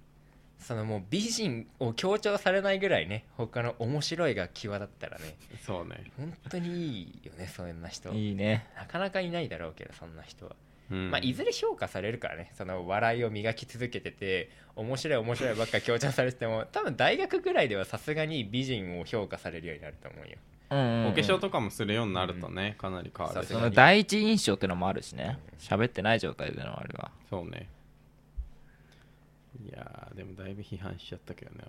A: そのもう美人を強調されないぐらいね他の面白いが際立ったらね
B: そうね、
A: 本当にいいよねそんな人
C: いいね
A: なかなかいないだろうけどそんな人は
B: うん
A: まあ、いずれ評価されるからねその笑いを磨き続けてて面白い面白いばっか強調されてても多分大学ぐらいではさすがに美人を評価されるようになると思うよ
C: うんうんうん
B: お化粧とかもするようになるとね、かなり変わる
A: さ
B: し
A: す
C: そ
A: が
C: の
A: に
C: 第一印象ってのもあるしね喋ってない状態でのあれは
B: そうねいやーでもだいぶ批判しちゃったけどね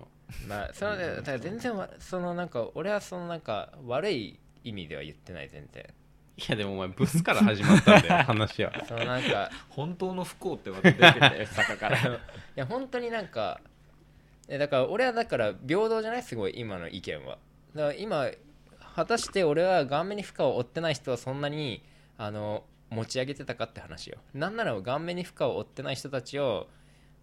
A: まあそのだから全然わそのなんか俺はそのなんか悪い意味では言ってない全然
B: いやでもお前ブスから始まった
A: [laughs]
B: んだよ話は
A: そのなんか
B: [laughs]
C: 本当の不幸ってわけ出てた [laughs] よ坂か
A: あのいや本当になんかえだから俺はだから平等じゃないすごい今の意見はだから今果たして俺は顔面に負荷を負ってない人はそんなにあの持ち上げてたかって話よなんなら顔面に負荷を負ってない人たちを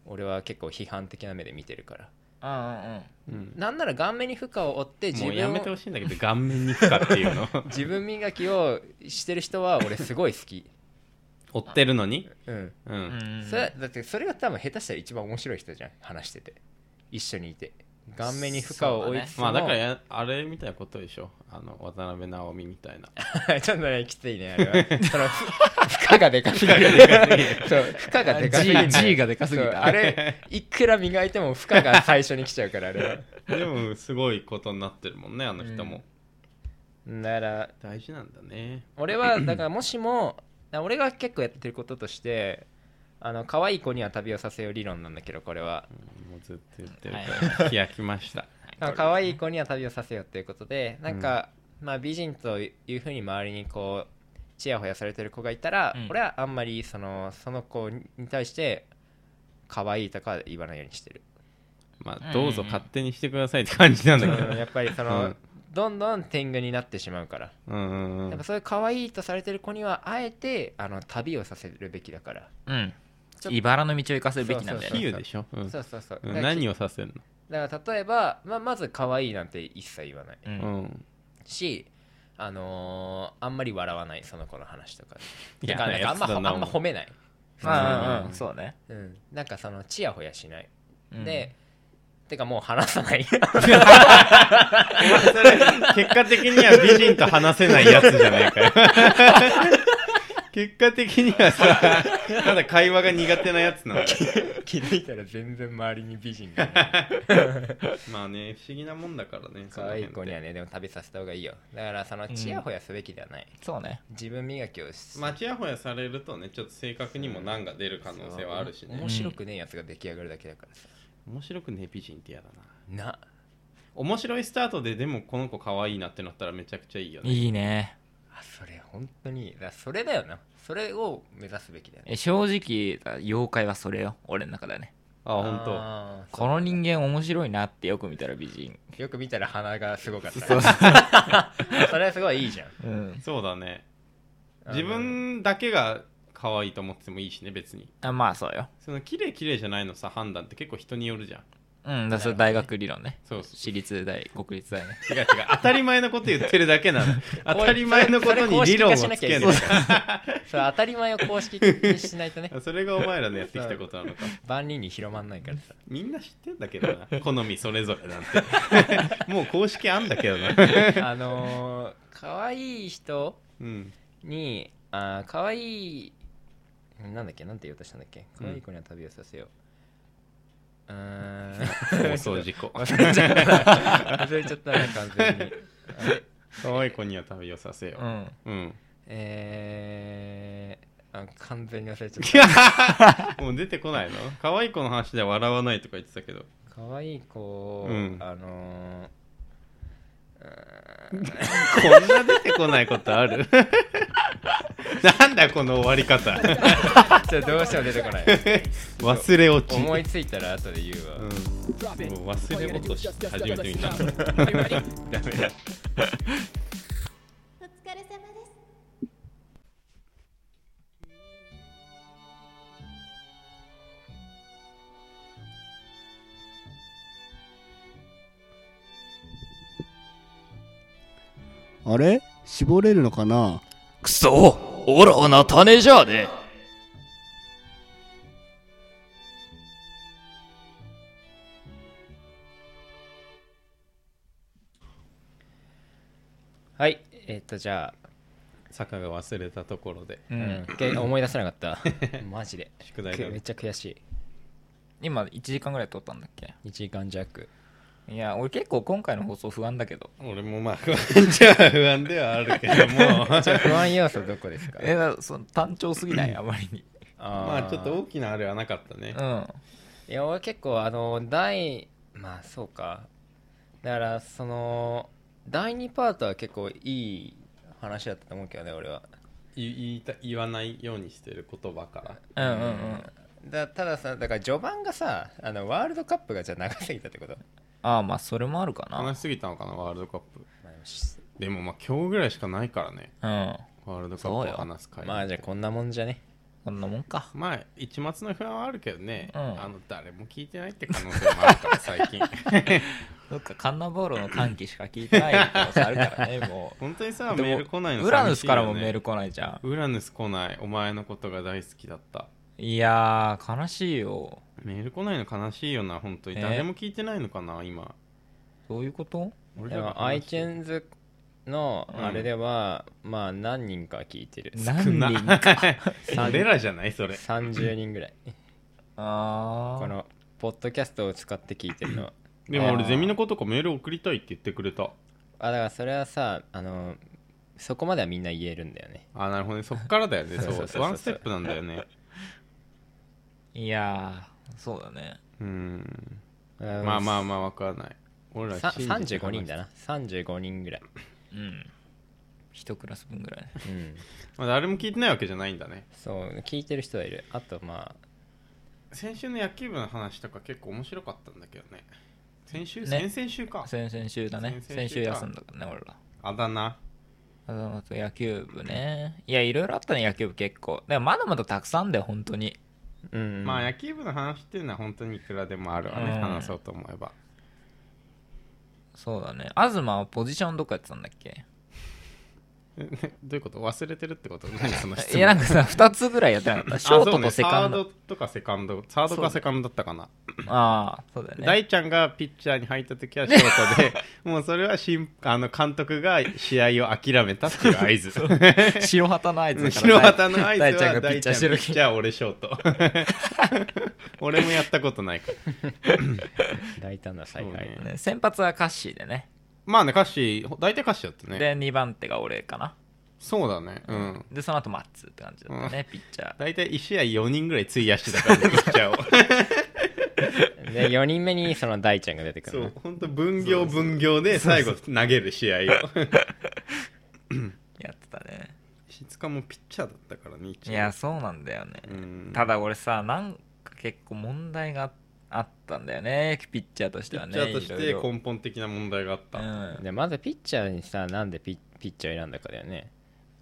A: 俺は結構批判的な目で見てるから
C: うんうん
B: うん
A: なんなら顔面に負荷を負って自
B: もうや
A: 分
B: めて
A: を
B: ほしいんだけど顔面に負荷って
A: [laughs]
B: いうの
A: 自分磨きをしてる人は俺すごい好き
B: 追ってるのに
A: うん
B: う
C: うんん
A: それだってそれが多分下手したら一番面白い人じゃん話してて一緒にいて顔面に負荷を負いつつも
B: まあだからやあれみたいなことでしょあの渡辺直美みたいな
A: [laughs] ちょっとねきついねあれはそのふ負荷がでかすぎるそう負荷がでかすぎる
C: G- G がでかすぎた
A: そうあれいくら磨いても負荷が最初に来ちゃうからあれは
B: でもすごいことになってるもんねあの人も、
A: なら
B: 大事なんだね
A: 俺はだからもしもな俺が結構やってることとしてあの可愛い子には旅をさせよう理論なんだけどこれは
B: もうずっと言ってるから気がきました
A: あの可愛い子には旅をさせようっていうことでなんか、まあ、美人というふうに周りにこうちやほやされてる子がいたら、
C: うん
A: 俺はあんまりそのその子に対して可愛いとかは言わないようにしてる、
B: ま
C: うん
B: あどうぞ勝手にしてくださいって感じなんだ [laughs] け
A: うん
B: ど
A: やっぱりその、
B: うん
A: どんどん天狗になってしまうから、
B: うんうんう
A: やっ
B: ん
A: ぱそういう可愛いとされてる子にはあえてあの旅をさせるべきだから、
C: うん
A: ちょっと
C: 茨の道を行かせるべきなんだよ
A: そう
B: 比
A: そう
B: 喩
C: ね
B: でしょ、うん
A: そうそうそう、
B: うん
A: だから
B: 何をさせる
A: だから例えば、まあ、まず可愛いなんて一切言わない、
C: う
B: の、うんん、
A: しあのーあんまり笑わないその子の話とか
B: い
A: だ
B: や
A: からなんかあんま
B: だな
A: あんま褒めない、
C: まあうんそうね
A: うん、なんかそのチヤホヤしない、
C: うん
A: でてかもう話さない
B: [laughs] 結果的には美人と話せないやつじゃない [laughs] かよ結果的には [laughs] さただ会話が苦手なやつなの
A: 気づいたら全然周りに美人がい
B: [laughs]
A: ない
B: まあね不思議なもんだからね
A: 可愛い子には
B: ね
A: ねでも旅させた方がいいよだからその
C: うん
A: チヤホヤすべきではない、
C: そうね
A: 自分磨きをし、
B: まあちやほやされるとねちょっと性格にも難が出る可能性はあるしね
A: 面白くねえやつが出来上がるだけだからさ
B: 面白くね美人って嫌だな
A: な
B: 面白いスタートででもこの子可愛いなってなったらめちゃくちゃいいよね
C: いいね
A: あそれ本当にだからそれだよなそれを目指すべきだよね
C: え正直妖怪はそれよ俺の中だね
B: あ本当。
A: あー
C: この人間面白いなってよく見たら美人
A: よく見たら鼻がすごかった [laughs] それはすごいいいじゃん
C: うん
B: そうだね
A: あの
B: 自分だけが可愛いと思ってもいいしね別に
C: あまあそうよ
B: その綺麗綺麗じゃないのさ判断って結構人によるじゃん
C: うんだからそれ大学理論ね
B: そう [laughs]
C: 私立大国立大ね
B: 違う違う当たり前のこと言ってるだ
A: [laughs]
B: けなの当たり前のことに理論を
A: それ公式化し
B: つけるの
A: なきゃいけないそう当たり前を公式にしないと
B: [laughs]
A: ね
B: それがお前らのやってきたことなのか
A: 万人に広まんないから
B: [laughs]
A: さ
B: みんな知ってんだけどな好みそれぞ
A: [laughs]
B: れなんてもう公式あんだけどな
A: あのー、可愛い人
B: うん
A: にあー可愛いなんだっけなんて言おうとしたんだっけ
B: うん
A: 可愛い子には旅をさせよううーん
B: 放送事
A: [laughs]
B: 故
A: 忘れちゃった忘れちゃったな完全にあれ
B: 可愛い子には旅をさせ
C: [laughs] う
B: よ
C: ん
B: ううん
A: えー、あ完全に忘れちゃっ
B: いやもう出てこないの可愛い子の話では笑わないとか言ってたけど [laughs]
A: た可愛い子を、
B: うん
A: あのー
B: こんな出てこないことある [laughs] なんだこの終わり方
A: ちょっとどうしても出てこない
B: 忘れ落ち
A: [laughs] 思いついたら後で言うわ、
B: うん、もう忘れ事し始めてみた
A: ダメだ
D: お疲れ様です。
E: あれ絞れるのかな
F: くそオラな種じゃあね
A: はいえっとじゃあ、
B: 坂が忘れたところで
C: う
A: うん
C: ん、
A: け思い出せなかった [laughs] マジで
B: 宿題
A: くめっ
B: が
A: ちゃ悔し
C: 今1時間ぐらい撮ったんだっけ
A: い1時間弱
C: いや俺結構今回の放送不安だけど
B: 俺もまあ [laughs] 不安じゃ不安ではあるけど [laughs] も
A: じゃあ不安要素どこですか
C: えだからその単調すぎないあまりに
A: あ
B: まあちょっと大きなあれはなかったね
C: うん
A: いや俺結構あの第まあそうかだからその第2パートは結構いい話だったと思うけどね俺は
B: 言言いた言わないようにしてる言葉から
C: うんうんうん
A: だたださだから序盤がさあのワールドカップがじゃあ長すぎたってこと、
C: ああまあそれもあるか
B: 話しすぎたのかなワールドカップ
A: まあでもし
B: でもまあ今日ぐらいしかないからね
C: なうん
B: こワールドカップを話す会
A: まあじゃあこんなもんじゃね
C: こんなもんか
B: まあ一抹の不安はあるけどね、
C: うん
B: あの誰も聞いてないって可能性もあるから最近
C: そっかカンナボールの歓喜しか聞いてない可能性あるからねも
B: 本当にさ [laughs]
C: う
B: メール来ないの
C: ウラヌスからも
B: 寂しいよね
C: メール来ないじゃ
B: ウラヌス来ないお前のことが大好きだった
C: んいやー悲しいよ
B: メール来ないの悲しいよな本当に、
C: ね
B: 誰も聞いてないのかな今
C: どういうこと
B: 俺
A: でも
B: 話してる
A: iTunes のあれでは、まあ何人か聞いてる
C: 何人
B: な
A: 三
B: 俺らじゃないそれ
A: 30人ぐらい
C: あ
A: このポッドキャストを使って聞いてるのは
B: でも
C: あ
B: 俺
C: ー
B: ゼミの子とかメール送りたいって言ってくれた
A: あだからそれはさあのそこまではみんな言えるんだよね
B: あーなるほどねそっからだよね
A: そうそう
B: そ
A: そううそう
B: ワンステップなんだよね
C: ーいやーそうだね
B: うんま
A: ま
B: あまあまあわからない俺ら
A: さ
B: 信じて話して
A: 35人だな35人ぐらい、
C: うん一クラス分ぐらい
A: うん、
B: まあ誰も聞いてないわけじゃないんだね
A: そう聞いてる人はいるあとま
B: 先週の野球部の話とか結構面白かったんだけどね先週、
C: ね
B: 先々週か
C: 先々週だね
B: 先々
C: 先
B: 週
C: 週
B: か
C: 休んだからね俺ら
B: あだ名
C: あのあと野球部ねいやいろいろあったね野球部結構でもまだまだたくさんだよ本当に
A: あうん
B: まあ野球部の話っていうのは本当にいくらでもあるわね、
C: うん
B: 話そうと思えば
C: そうだね東はポジションどこやってたんだっけ
B: えねどういうこと忘れてるってこと何その質問
C: いやなんかさ2つぐらいやって
B: [laughs]
C: なかったショートとセカン
B: あ
C: ド
B: そうねサードとかセカンドサードかセカンドだったかな、
C: ああそうだよね
B: 大ちゃんがピッチャーに入った時はショートで [laughs] もうそれはしんあの監督が試合を諦めたっていう合図 [laughs]
C: 白旗の合図だから
B: 白旗の合図は
C: 大ちゃんがピッチャーしてる
B: 大ちゃんピッチャー俺ショート [laughs] 俺もやったことないから
A: 大胆な采
B: そう
A: 配
B: ね
C: ね先発はカッシーでね
B: まあね歌詞大体歌詞だったね
C: で2番手が俺かな
B: そうだねうん
C: でその後マッツーって感じだったねピッチャー
B: 大体1試合4人ぐらい費やしてたからねピッチャーを
A: で4人目にその大ちゃんが出てく
B: [laughs] そ
A: る
B: う本当分業分業で最後投げる試合を
C: やってたね
B: 石塚もピッチャーだったからね一応
C: いやそうなんだよね
B: うん
C: ただ俺さなんか結構問題があったんだよねピッチャーとして
B: ピ
C: は
B: ッ
C: ね
B: チャーとし
C: いろい
B: て
C: ろ
B: 根本的な問題があった、
C: うん、あ
A: でまずピッチャーにさなんでピピッチャー選んだかだよね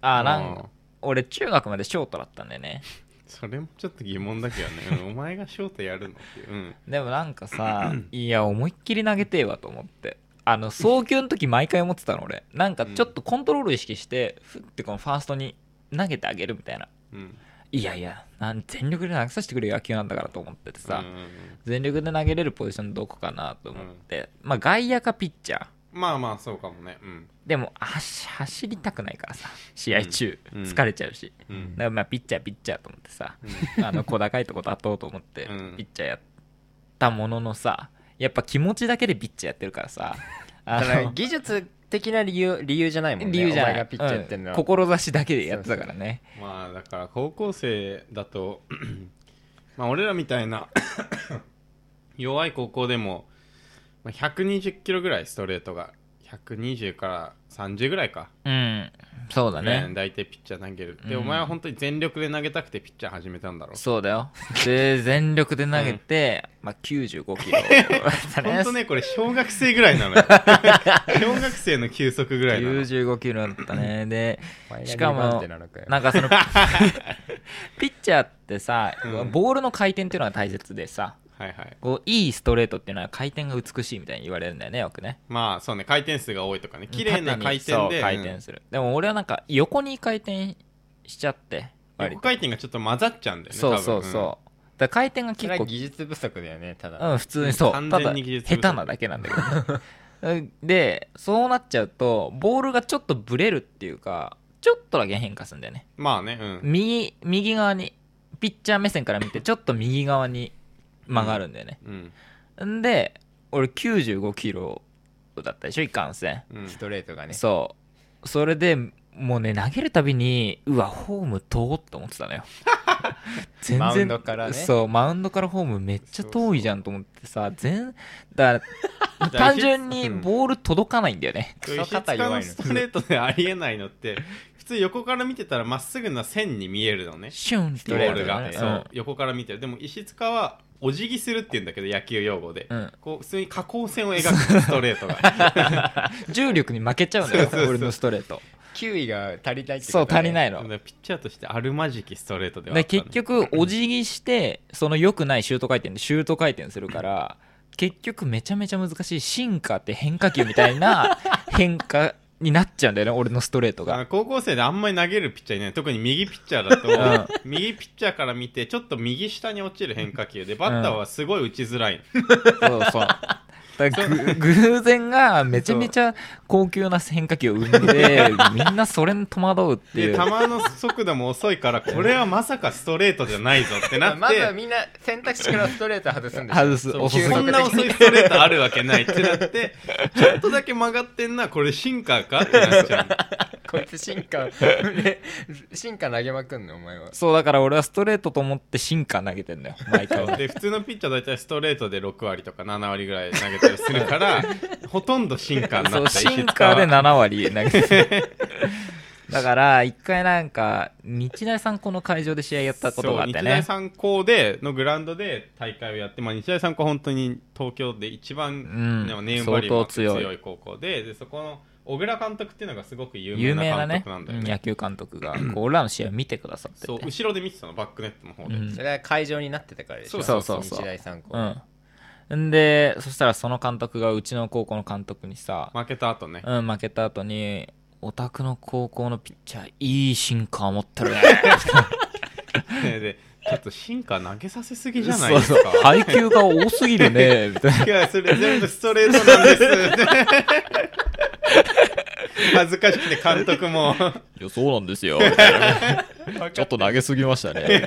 C: あなん
B: う
C: 俺中学までショートだったんだよね
B: それもちょっと疑問だけどね、うんお前がショートやるのっていう、うん、
C: でもなんかさいや思いっきり投げてえわと思ってあの送球の時毎回思ってたの俺なんかちょっとコントロール意識してふってこのファーストに投げてあげるみたいな
B: うん、
C: いやいやなん全力で投げさせてくれる野球なんだからと思っててさ、
B: うんうんうん
C: 全力で投げれるポジションどこかなと思って、まあ外野かピッチャー
B: まあまあそうかもねうん
C: でも走走りたくないからさ試合中、
B: うん
C: 疲れちゃうし、
B: うん
C: だからまあピッチャーピッチャーと思ってさ、
B: う
C: あの小高いとこ立とうと思って
B: うん
C: ピッチャーやったもののさやっぱ気持ちだけでピッチャーやってるからさあ
A: だから
C: の
A: 技術的な理由理由じゃないもんね
C: 理由じゃ
A: お前
C: な
A: が
C: い、
A: ピッチャーやってんの
C: う
A: は、
C: ん志だけでやってたからね
B: まあだから高校生だと [clears throat] まあ俺らみたいな [coughs] 弱い高校でもまあ120キロぐらいストレートが120から30ぐらいか、
C: うんそうだね
B: ね、大体ピッチャー投げるで、
C: うん
B: お前は本当に全力で投げたくてピッチャー始めたんだろ
C: そうだよで全力で投げて、まあ、95キロだ
B: 本
C: ね
B: 当ねこれ小学生ぐらいなの
C: [laughs]
B: よ小学生の休息ぐらいなの
C: 95キロだったねで
A: お前が
C: しか
A: 二番
C: も
A: 手なのかよ
C: なん
B: [laughs]
C: かそのピッチャーってさ、
B: うん
C: ボールの回転っていうのが大切でさ
B: はいはい
C: こういいストレートっていうのは回転が美しいみたいに言われるんだよねよくね
B: まあそうね回転数が多いとかね綺麗な
C: 縦に
B: 回転
C: そう
B: で
C: 回転する、でも俺はなんか横に回転しちゃって
B: うん
C: 割
B: 横
C: と
B: 回転がちょっと混ざっちゃうんだよね
C: そうそうそう、
B: 多
C: だから回転が
A: それ
C: 結
A: は
C: 構
A: 技術不足だよねただ
C: うん、普通にそう。
B: 完
C: た
B: 全
C: だ、
B: に技
C: 下
B: 術不足
C: 手なだけなんだけどね。 [laughs] で、そうなっちゃうと、ボールがちょっとブレるっていうか、ちょっとだけ変化するんだよね。
B: 分うんまあねうん
C: 右、右側に、ピッチャー目線から見て、ちょっと右側に曲がるんだよね。
B: うん
C: んで、俺95キロだったでしょ、いかんせん。
B: うん
A: ストレートがね
C: そう。それでもうね、投げるたびに、うわ、ホーム遠っと思ってたの
A: [laughs]
C: よ。全然
A: マウンドからね
C: そう、マウンドからホームめっちゃ遠いじゃんと思ってさ、全、
A: [laughs]
C: だから、
B: から
C: 単純にボール届かないんだよね。
A: クソ肩
B: 石塚
A: 弱
B: の
A: いの
B: ストレートでありえないのって [laughs] 普通横から見てたらまっすぐな線に見えるのね
C: シュンっ
B: ボ
C: て
B: ー
A: レ
B: ル
A: ート
B: が、
A: だね
B: そう、横から見てるでも石塚はお辞儀するって言うんだけど野球用語で、
C: うん
B: こう普通に下降線を描くのストレートが
C: 重力に負けちゃうんだよ、ボールのストレート。
A: 9位が足りないってこと、ね、
C: そう足りないいの
B: だからピッチャーとしてあるまじきストレートではあ
C: で
B: ったね
C: 結局お辞儀してその良くないシュート回転でシュート回転するから結局めちゃめちゃ難しい進化って変化球みたい [laughs] な変化になっちゃうんだよね俺のストレート
B: あ
C: が
B: の高校生であんまり投げるピッチャーいない特に右ピッチャーだと、右ピッチャーから見てちょっと右下に落ちる変化球でバッターはすごい打ちづらい、
C: そうそうだからぐ偶然がめちゃめちゃ高級な変化球を生んでみんなそれに戸惑うってい
B: で
C: う
B: 球の速度も遅いからこれはまさかストレートじゃないぞってな
A: [laughs] ま
B: っ
A: あま
B: て、
A: ずはみんな選択肢からストレート外すんです
C: 外す
A: そう
C: 遅すぎ
A: 急
B: こん
C: る
B: な遅いストレートあるわけないってなってちょっとだけ曲がってんなこれシンカーかってなっちゃう
A: こいつ進化進化投げまくんのお前は
C: そうだから俺はストレートと思って進化投げてんだよ毎回
B: で普通のピッチャー大体ストレートで6割とか7割ぐらい投げたりする
C: [laughs]
B: からほとんどシンカーにな
C: そ
B: っ
C: う
B: たりして
C: シンカーで7割投
B: [laughs]
C: げてるだから一回なんか日大三高の会場で試合やったことがあって
B: そう日大
C: ね
B: 三高でのグラウンドで大会をやって、まあ、日大三高は本当に東京で一番、
C: ん
B: でもネームバリューもあって
C: 相当強い
B: 強い高校ででそこの小倉監督っていうのがすごく有
C: 有
B: 名
C: 名
B: な
C: な
B: 監
C: ね
B: 督なんだよね
C: 野球監督がこう俺らの試合を見てくださってて
B: そう後ろで見てたのバックネットの方で、
C: うん
A: それは会場になってたからでしょ
C: そうそうそう
A: 日大三高、
C: うんんでそしたらその監督がうちの高校の監督にさ、
B: 負けた後ね
C: うん、負けた後に「お宅の高校のピッチャーいいシンカー持ってるね」
B: ででちょっとシンカー投げさせすぎじゃない
C: そう
B: です
C: そう
B: か
C: 配球が多
B: [laughs]
C: すぎるね」みたいない
B: やそれ全部ストレートなんです恥ずかしくて監督も
F: や、そうなんですよ。ちょっと投げすぎましたね。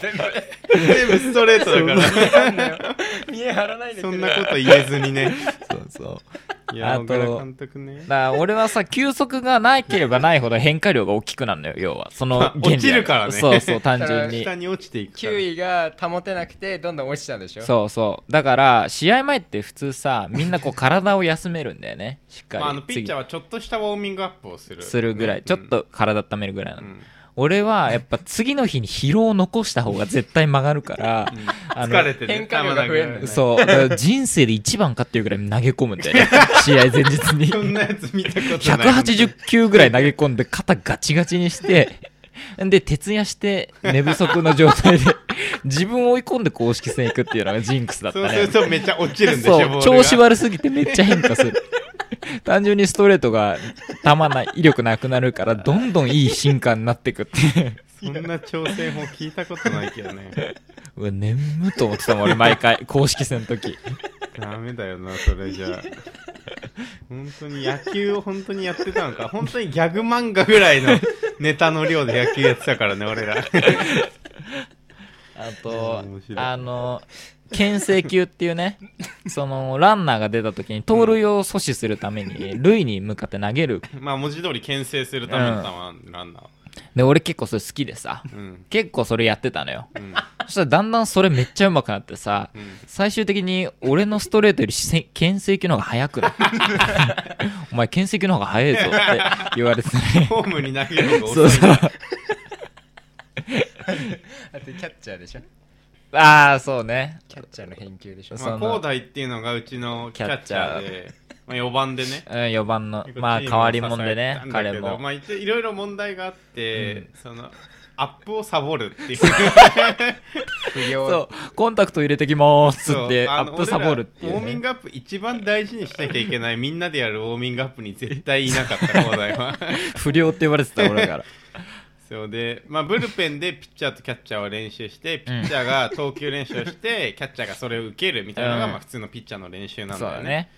B: 全部ストレートだから
A: 見え張らないで
B: そ
A: く
B: ん
A: れ
B: なこと言えずにね
F: そうそう。
B: いや
C: あ
B: 小
C: と
B: 倉監督ね
C: だから俺はさ球速がないければないほど変化量が大きくなるのよ要はその
B: まあ [laughs]
C: 原理
B: 落ちるからね
C: そうそう単純に
B: 下に落ちていくから
A: 9位が保てなくてどんどん落ちたんでしょ
C: そうそうだから試合前って普通さみんなこう体を休めるんだよ
B: [laughs]
C: ねしっかり、
B: まあ、あのピッチャーはちょっとしたウォーミングアップをする
C: 次するぐらいちょっ、と体温めるぐらいな
B: うん
C: の、
B: うん
C: 俺はやっぱ次の日に疲労を残した方が絶対曲がるから、あの
B: 疲れてね
A: 変化量が増えんのね
B: 球が
C: そうだから人生で一番かっていうぐらい投げ込むんだ
B: [laughs]
C: よね試合前日に
B: そんなやつ見たことない
C: 180球ぐらい投げ込んで肩ガチガチにしてで徹夜して寝不足の状態で自分を追い込んで公式戦行くっていうのがジンクスだった
B: そうする
C: ね
B: とめっちゃ落ちるんでしょボール
C: そう
B: が
C: 調子悪すぎてめっちゃ変化 [laughs] する単純にストレートがたまない威力なくなるからどんどんいい進化になってくっていう
B: そ
C: [laughs]
B: んな調整法聞いたことないけどね [laughs]
C: うわ眠むと思ってたもん俺毎回公式戦の時
B: ダメだよなそれじゃあ本当に野球を本当にやってたのか本当にギャグ漫画ぐらいのネタの量で野球やってたからね俺ら [laughs]
C: あと
B: 面白い
C: あの牽制球っていうねそのランナーが出た時に盗塁を阻止するために塁に向かって投げる
B: まあ文字通り牽制するための球なんでランナーは
C: で俺結構それ好きでさ
B: うん
C: 結構それやってたのよ
B: うん
C: そしたらだんだんそれめっちゃ上手くなってさ、
B: うん
C: 最終的に俺のストレートよりせ牽制球の方が速くなって [laughs] お前牽制球の方が速いぞって言われてた
B: [laughs]
C: ね
B: ホームに投げるのが
C: そう
B: 遅い
C: そう
A: あとキャッチャーでしょ
C: ああそうね
A: キャッチャーの返球でしょ
C: そ
B: まあ、
C: の
B: 高大っていうのがうちのキャッチャーで、まあ、4番でね
C: うん、4番の
B: 結構
C: まあ
B: チームを支えて
C: 変わり者でね
B: たんだけど
C: 彼も
B: まあ、一応いろいろ問題があって、そのアップをサボるっていう
A: 不良
C: そうコンタクト入れてきます
B: そう
C: って
B: あ
C: ア
B: の
C: ップサボるってい
B: 俺ら
C: う、
B: ウォーミン
C: ね、
B: グアップ一番大事にしなきゃいけないみんなでやるウォーミングアップに絶対いなかった高大
C: [laughs]
B: は
C: 不良って言われてた俺から
B: そうで、まあ、ブルペンでピッチャーとキャッチャーは練習してピッチャーが投球練習をして、キャッチャーがそれを受けるみたいなのが、
C: うん
B: まあ、普通のピッチャーの練習なん
C: そう
B: だ
C: だ
B: よね
C: ね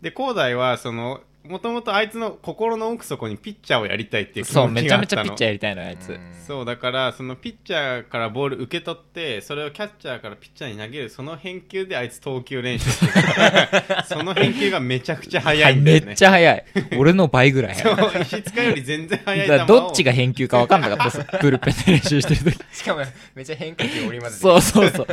B: で広大はそのもともとあいつの心の奥底にピッチャーをやりたいっていう気持ちが
C: そ
B: あ
C: う
B: ったの
C: めちゃめちゃピッチャーやりたいのよあいつ、
B: そうだからそのピッチャーからボール受け取ってそれをキャッチャーからピッチャーに投げるその返球であいつ投球練習してたその返球がめちゃくちゃ速いんだ
C: め
B: よね
C: っちゃ速い俺の倍ぐらい速い
B: そう石塚より全然速い球
C: だ
B: を
C: からどっちが返球か分かんな
B: [laughs]
C: かったですブルペンで練習してる時
A: しかもめっちゃ変化球織り交ぜて
C: そうそうそう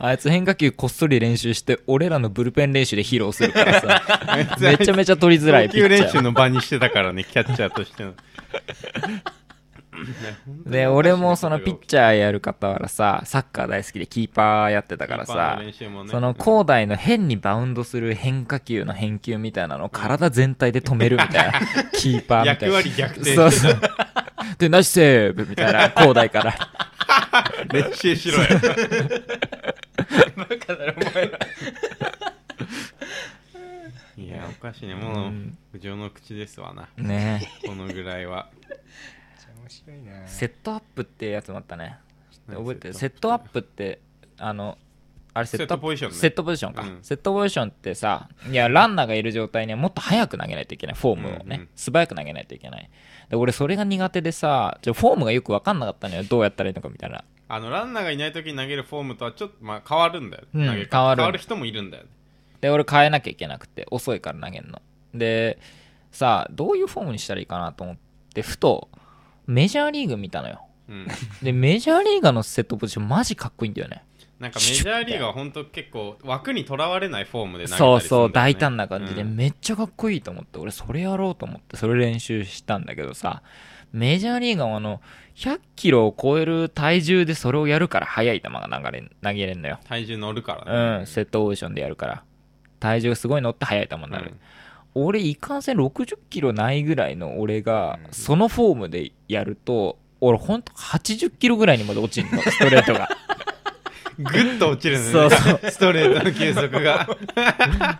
C: あいつ変化球こっそり練習して俺らのブルペン練習で披露するからさ [laughs] めちゃめちゃ取りづらい
B: 投
C: ピッ
B: 球
C: チ
B: 練
C: ャ
B: 習
C: ー
B: の場にしてたからねキャッチャーとしての
C: で俺もそのピッ
B: チ
C: チャーやる傍らさサッカー大好きでキーパーやってたからさその
B: こ
C: 高台の変にバウンドする変化球の返球みたいなのを体全体で止めるみたい [laughs] なキーパーみ
B: 役
C: たいな
B: 割逆転
C: そうそうでナイスセーブみたいな高台から
B: 練習しろよ
A: バカだろお前ら
B: いやおかしいねもう
C: うん
B: 不条の口ですわな
C: ね
B: このぐらいは
A: 面白い
C: え
A: な
C: セットアップってやつもあったね覚えてるセ
B: セ
C: ッ
B: ッ
C: ト
B: ト
C: ア
B: ア
C: ッ
B: ッ
C: プってあのあれセッ
B: セ
C: ト
B: ットポジションね
C: セットポジションか、
B: うん
C: セットポジションってさいやランナーがいる状態にはもっと早く投げないといけないフォームをね、
B: うんうん
C: 素早く投げないといけないで俺それが苦手でさちょフォームがよく分かんなかったのよどうやったらいいのかみたいな
B: あのランナーがいない時に投げるフォームとはちょっとまあ変わるんだよ、
C: うん
B: 投げ方
C: 変わる
B: 変わる人もいるんだよね
C: で俺変えなきゃいけなくて遅いから投げんのでさあどういうフォームにしたらいいかなと思ってふとメジャーリーグ見たのよ [laughs]
B: うん、
C: でメジャーリーガーのセットポジションマジかっこいいんだよね
B: なんかメジャーリーガーは本当結構枠にとらわれないフォームで投げたりするんだ
C: そ
B: よ、
C: う
B: ね、
C: そう大胆な感じで
B: うん
C: めっちゃかっこいいと思って俺それやろうと思ってそれ練習したんだけどさメジャーリーガーはあの100キロを超える体重でそれをやるから速い球が流れ投げれんのよ
B: 体重乗るからね、
C: うんセットオーディションでやるから体重がすごい乗って速い球になる、俺いかんせん60キロないぐらいの俺が
A: うん
C: そのフォームでやると俺ほんと80キロぐらいにまで落ちんのストレートが
B: うんグッと落ちるんだ
C: そ
B: よ
C: う
B: ね
C: そ
B: ストレートの球速
C: [laughs]
B: が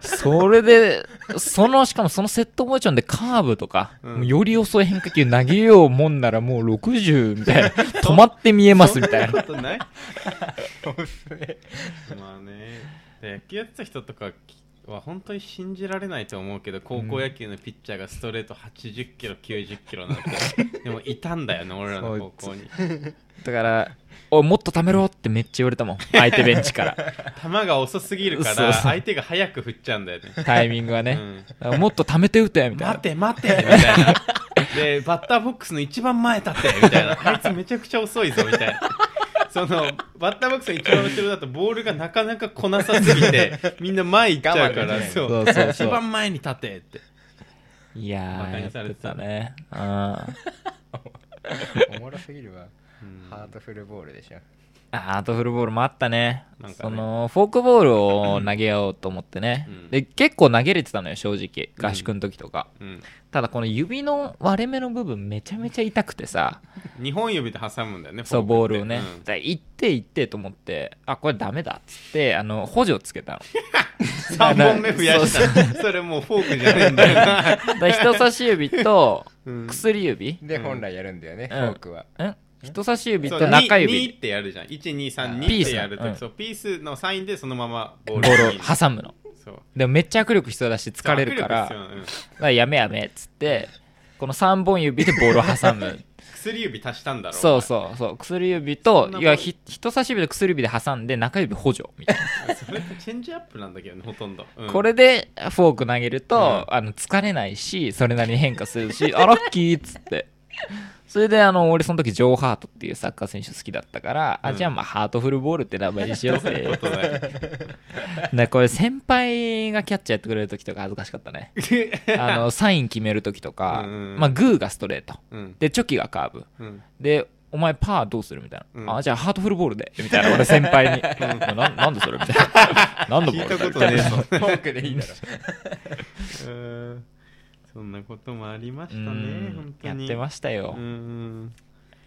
C: それでそのしかもそのセットポジションでカーブとか、
B: うん
C: もうより遅い変化球投げようもんならもう60み
B: [laughs]
C: たいな止まって見えますみたい
B: そん
C: な
B: なことないまあねで野球やってた人とかは本当に信じられないと思うけど高校野球のピッチャーがストレート80キロ90キロ
C: [laughs]
B: なんてでもいたんだよね俺らの高校に球
C: だからおいもっと貯めろってめっちゃ言われたもん相手ベンチから
B: [laughs] が遅すぎるか
C: そう
B: ら
C: そう
B: 相手が早く振っちゃうんだよね
C: タイミングは
B: う
C: ね、
B: ん
C: だからもっと貯めて打てみたいな
B: 待て待てみたいなでバッターボックスの一番前立ってみたいなあいつめちゃくちゃ遅いぞみたいなそのバッターボックスの一番後ろだとボールがなかなか来なさすぎてみんな前行っちゃうか
A: 我慢
B: ら
A: できない
B: そう
C: そうそうそう
B: 一番前に立てって
C: いや
B: 馬鹿
C: ー
B: に
C: やっ
B: され
C: て
B: てた
C: たねうん
A: おもろすぎるわハートフルボールでしょ
C: あートフルボールもあったね
B: なんかね
C: そのフォークボールを投げようと思ってね、
B: うん
C: で結構投げれてたのよ正直合宿の時とか、
B: うん
C: ただこの指の割れ目の部分めちゃめちゃ痛くてさ
B: 日本指で挟むんだよね
C: そう
B: フォ
C: ボ
B: クっ
C: ー
B: て
C: ルをね
B: うん、
C: で行って行ってと思ってあこれダメだっつってあの補助をつけた
B: [laughs]
C: の
B: 3本目増やしたそれもうフォークじゃねえんだよな
C: だから人差し指と
B: うん
C: 薬指、
A: で
B: うん
A: 本来やるんだよねフ
C: うん
A: ォークは
C: ん人差し指
B: そ
C: と
B: う
C: 中
B: にに
C: 指
B: ってやるじゃん1232
C: ピー
B: っ
C: ス
B: てやると
C: うん
B: そうピースのサインでそのままボ
C: ボ
B: ー
C: ー
B: ル
C: ル
B: に
C: を挟むの
B: そう
C: でもめっちゃ握力必要だし疲れるから
B: 握力必要なうん
C: だからやめやめっつってこの3本指でボールを挟
B: [laughs]
C: む
B: 薬指足したんだろ
C: そうそうそう薬指と
B: そんない
C: やひ人差し指と薬指で挟んで中指補助みたいな、
B: うそれってチェンジアップなんだけどねほとんど、うん
C: これでフォーク投げると、あの疲れないしそれなりに変化するし [laughs] あラッキーっつってそれであの俺その時ジョー・ハートっていうサッカー選手好きだったから、あ
B: うん
C: じゃあまあハートフルボールって名前にしよう
B: [laughs] そういう
C: ぜ
B: ことだよ
C: だこれ先輩がキャッチャーやってくれる時とか恥ずかしかった
B: [laughs]
C: ねあのサイン決める時とか、
B: うん
C: まあ、グーがストレート
B: うん
C: でチョキがカーブ
B: うん
C: で、お前パーどうするみたいな。
B: うん
C: あ、じゃあハートフルボールで。みたいな、俺先輩に。 [laughs] ななんでそれみたいな。なん [laughs] のボ
B: 聞い
C: ール
B: た
C: だ
B: こ
C: み
B: と
C: たい
B: ね
C: な。
A: フォークでいいだろ
B: えぞそんなこともありまし
C: う
B: たね
C: ん
B: 本当
C: やっ
B: に
C: てましたよ
B: う。ん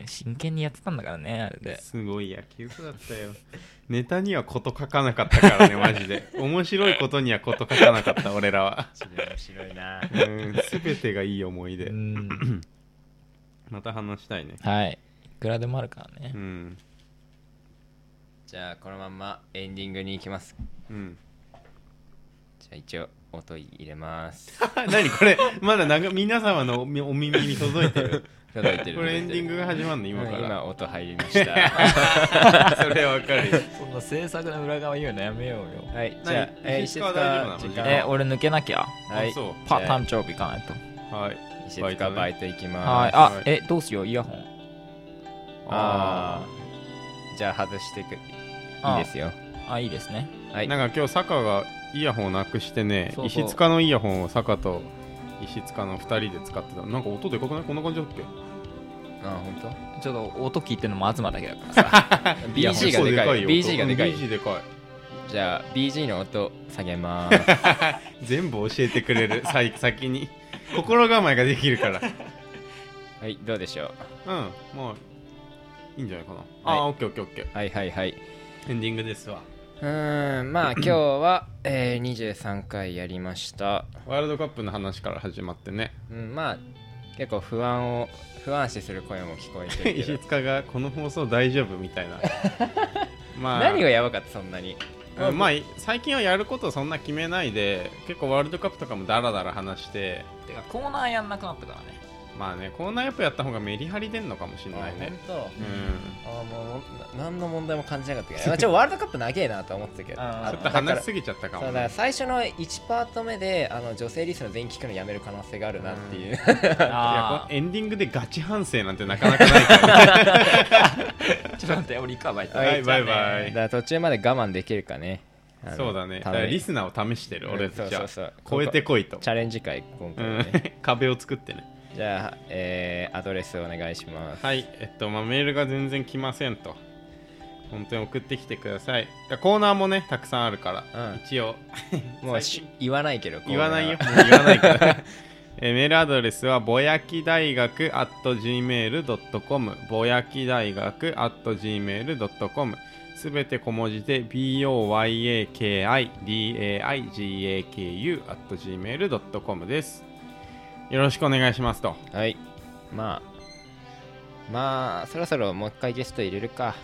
C: 真剣にやってたんだからね、あれで。
B: すごい野球部だったよネタにはこと書かなかったから
C: [laughs]
B: ねマジで面白いことにはこと書かなかった俺らは
A: 面白いな
B: うん全てがいい思いう出
C: ん
B: また話したいね
C: はい。いくらでもあるからね
B: う。ん
A: じゃあこのまんまエンディングに行きます
B: うん
A: じゃあ一応音入れます
B: [laughs] 何これまだなんか皆様のお耳お耳に届いてる
A: 届いてる
B: これエンディングが始まるの今
A: 今
B: か
A: 今
B: ら
A: 音入りました [laughs]
B: それわかる
C: そんな制作の裏側言うのやめようよ。
A: はい
B: 何
A: じゃあえー
B: 石塚は大丈夫なの
A: 石塚
B: 時間
C: え、俺抜けなきゃ。
A: は
B: あ
A: い
B: そう
C: パータイムジョブ行かないと。
B: はい
A: 石塚バ
B: バイ
A: イト行き
C: は
A: ま
C: い。
A: す
C: あ、え、どうしよう、イヤホン。
A: あーじゃあ外していくいい
C: あ
A: ですよ
C: あ、いいですね。
A: はい
B: なんか今日坂がイヤホンをなくしてね
C: そうそう
B: 石塚のイヤホンを坂と石塚の2人で使ってたなんか音でかくないこんな感じだっけ
A: あ本当
C: ちょっと音聞いてるのも東だけだからさ
B: いや
A: BG がでかい
B: よ
A: BG がでかい
B: BG でかい
A: じゃあ BG の音下げま
B: [laughs]
A: ーす
B: 全部教えてくれる [laughs] さい先に心構えができるから
A: はいどうでしょう
B: うんもういいんじゃないかな、ああオッケーオッケーオッケ
A: はいはいはい
B: ーエンディングですわ
A: うーんまあ
B: [clears throat]
A: 今日は、えー23回やりました、
B: ワールドカップの話から始まっ
A: [laughs]
B: てね
A: うん、まあ結構不安を不安視する声も聞こえて
B: [laughs]
A: るけ
B: 石
A: ど
B: 塚がこの放送大丈夫み
A: [laughs]
B: たいなまあ
A: 何がやばかったそんなに
B: うんまあ最近はやることそんな決めないで結構ワールドカップとかもダラダラ話して
C: てかコーナーやんなくなった [laughs] からね
B: まあねコーナーやっぱやった方がメリハリ出んのかもしれないね
A: あ本
B: うん
A: 当あもうな何の問題も感じなかったけど、まあ、ちょっとワールドカップ長えなと思ってた
B: [laughs]
A: けど
C: あー
A: あ
B: ちょっ
A: だ
B: と
A: から
B: 話しすぎちゃったか
A: そうだ
B: も
A: から
B: ね
A: 最初の1パート目であの女性リスナー全員聞くのやめる可能性があるなっていう、
B: いやこ
C: あ
B: のエンディングでガチ反省なんてなかなかないから
C: あちょっと待って俺一回バイト
B: はいバイ
C: イ
B: バ
A: だ
B: イ
A: から途中まで我慢できるかね [laughs] あの
B: そうだねだ
A: た
B: か
A: め
B: らリスナーを試してる俺たち
A: う
B: は
A: んそうそうそう
B: 超えてこいと
A: チャレンジ会今
B: う
A: 回はね、
B: ん [laughs] 壁を作ってね
A: じゃあ、えーアドレスお願いします。
B: はい、えっと、まあ、メールが全然来ませんと。本当に送ってきてください。コーナーもね、たくさんあるから、
A: うん
B: 一応、
A: もうし言わないけど、
B: 言わないよ。もう
A: コーナーは
B: 言わないから。 [laughs] えーメールアドレスは、ぼやき大学 at gmail.com、ぼやき大学 at gmail.com、すべて小文字で、boyakidaigakaku at gmail.com です。よろしくお願いしますと。
A: はい。まあ、まあ、そろそろもう一回ゲスト入れるか。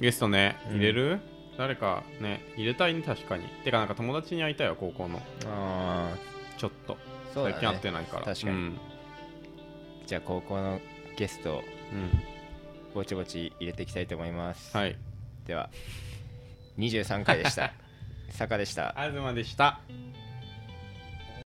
B: ゲストね、
A: うん
B: 入れる、誰かね、入れたいね、確かに。てか、なんか友達に会いたいわ、高校の。
A: あ
B: ちょっと。
A: ーそう
B: 最近
A: だ
B: 会っ
A: ね
B: て。ないから。
A: 確かに
B: うん。
A: じゃあ、高校のゲストを
B: うん
A: ぼちぼち入れていきたいと思います。
B: はい。 [laughs]
A: では、23回でした。坂でした。
B: 東でした。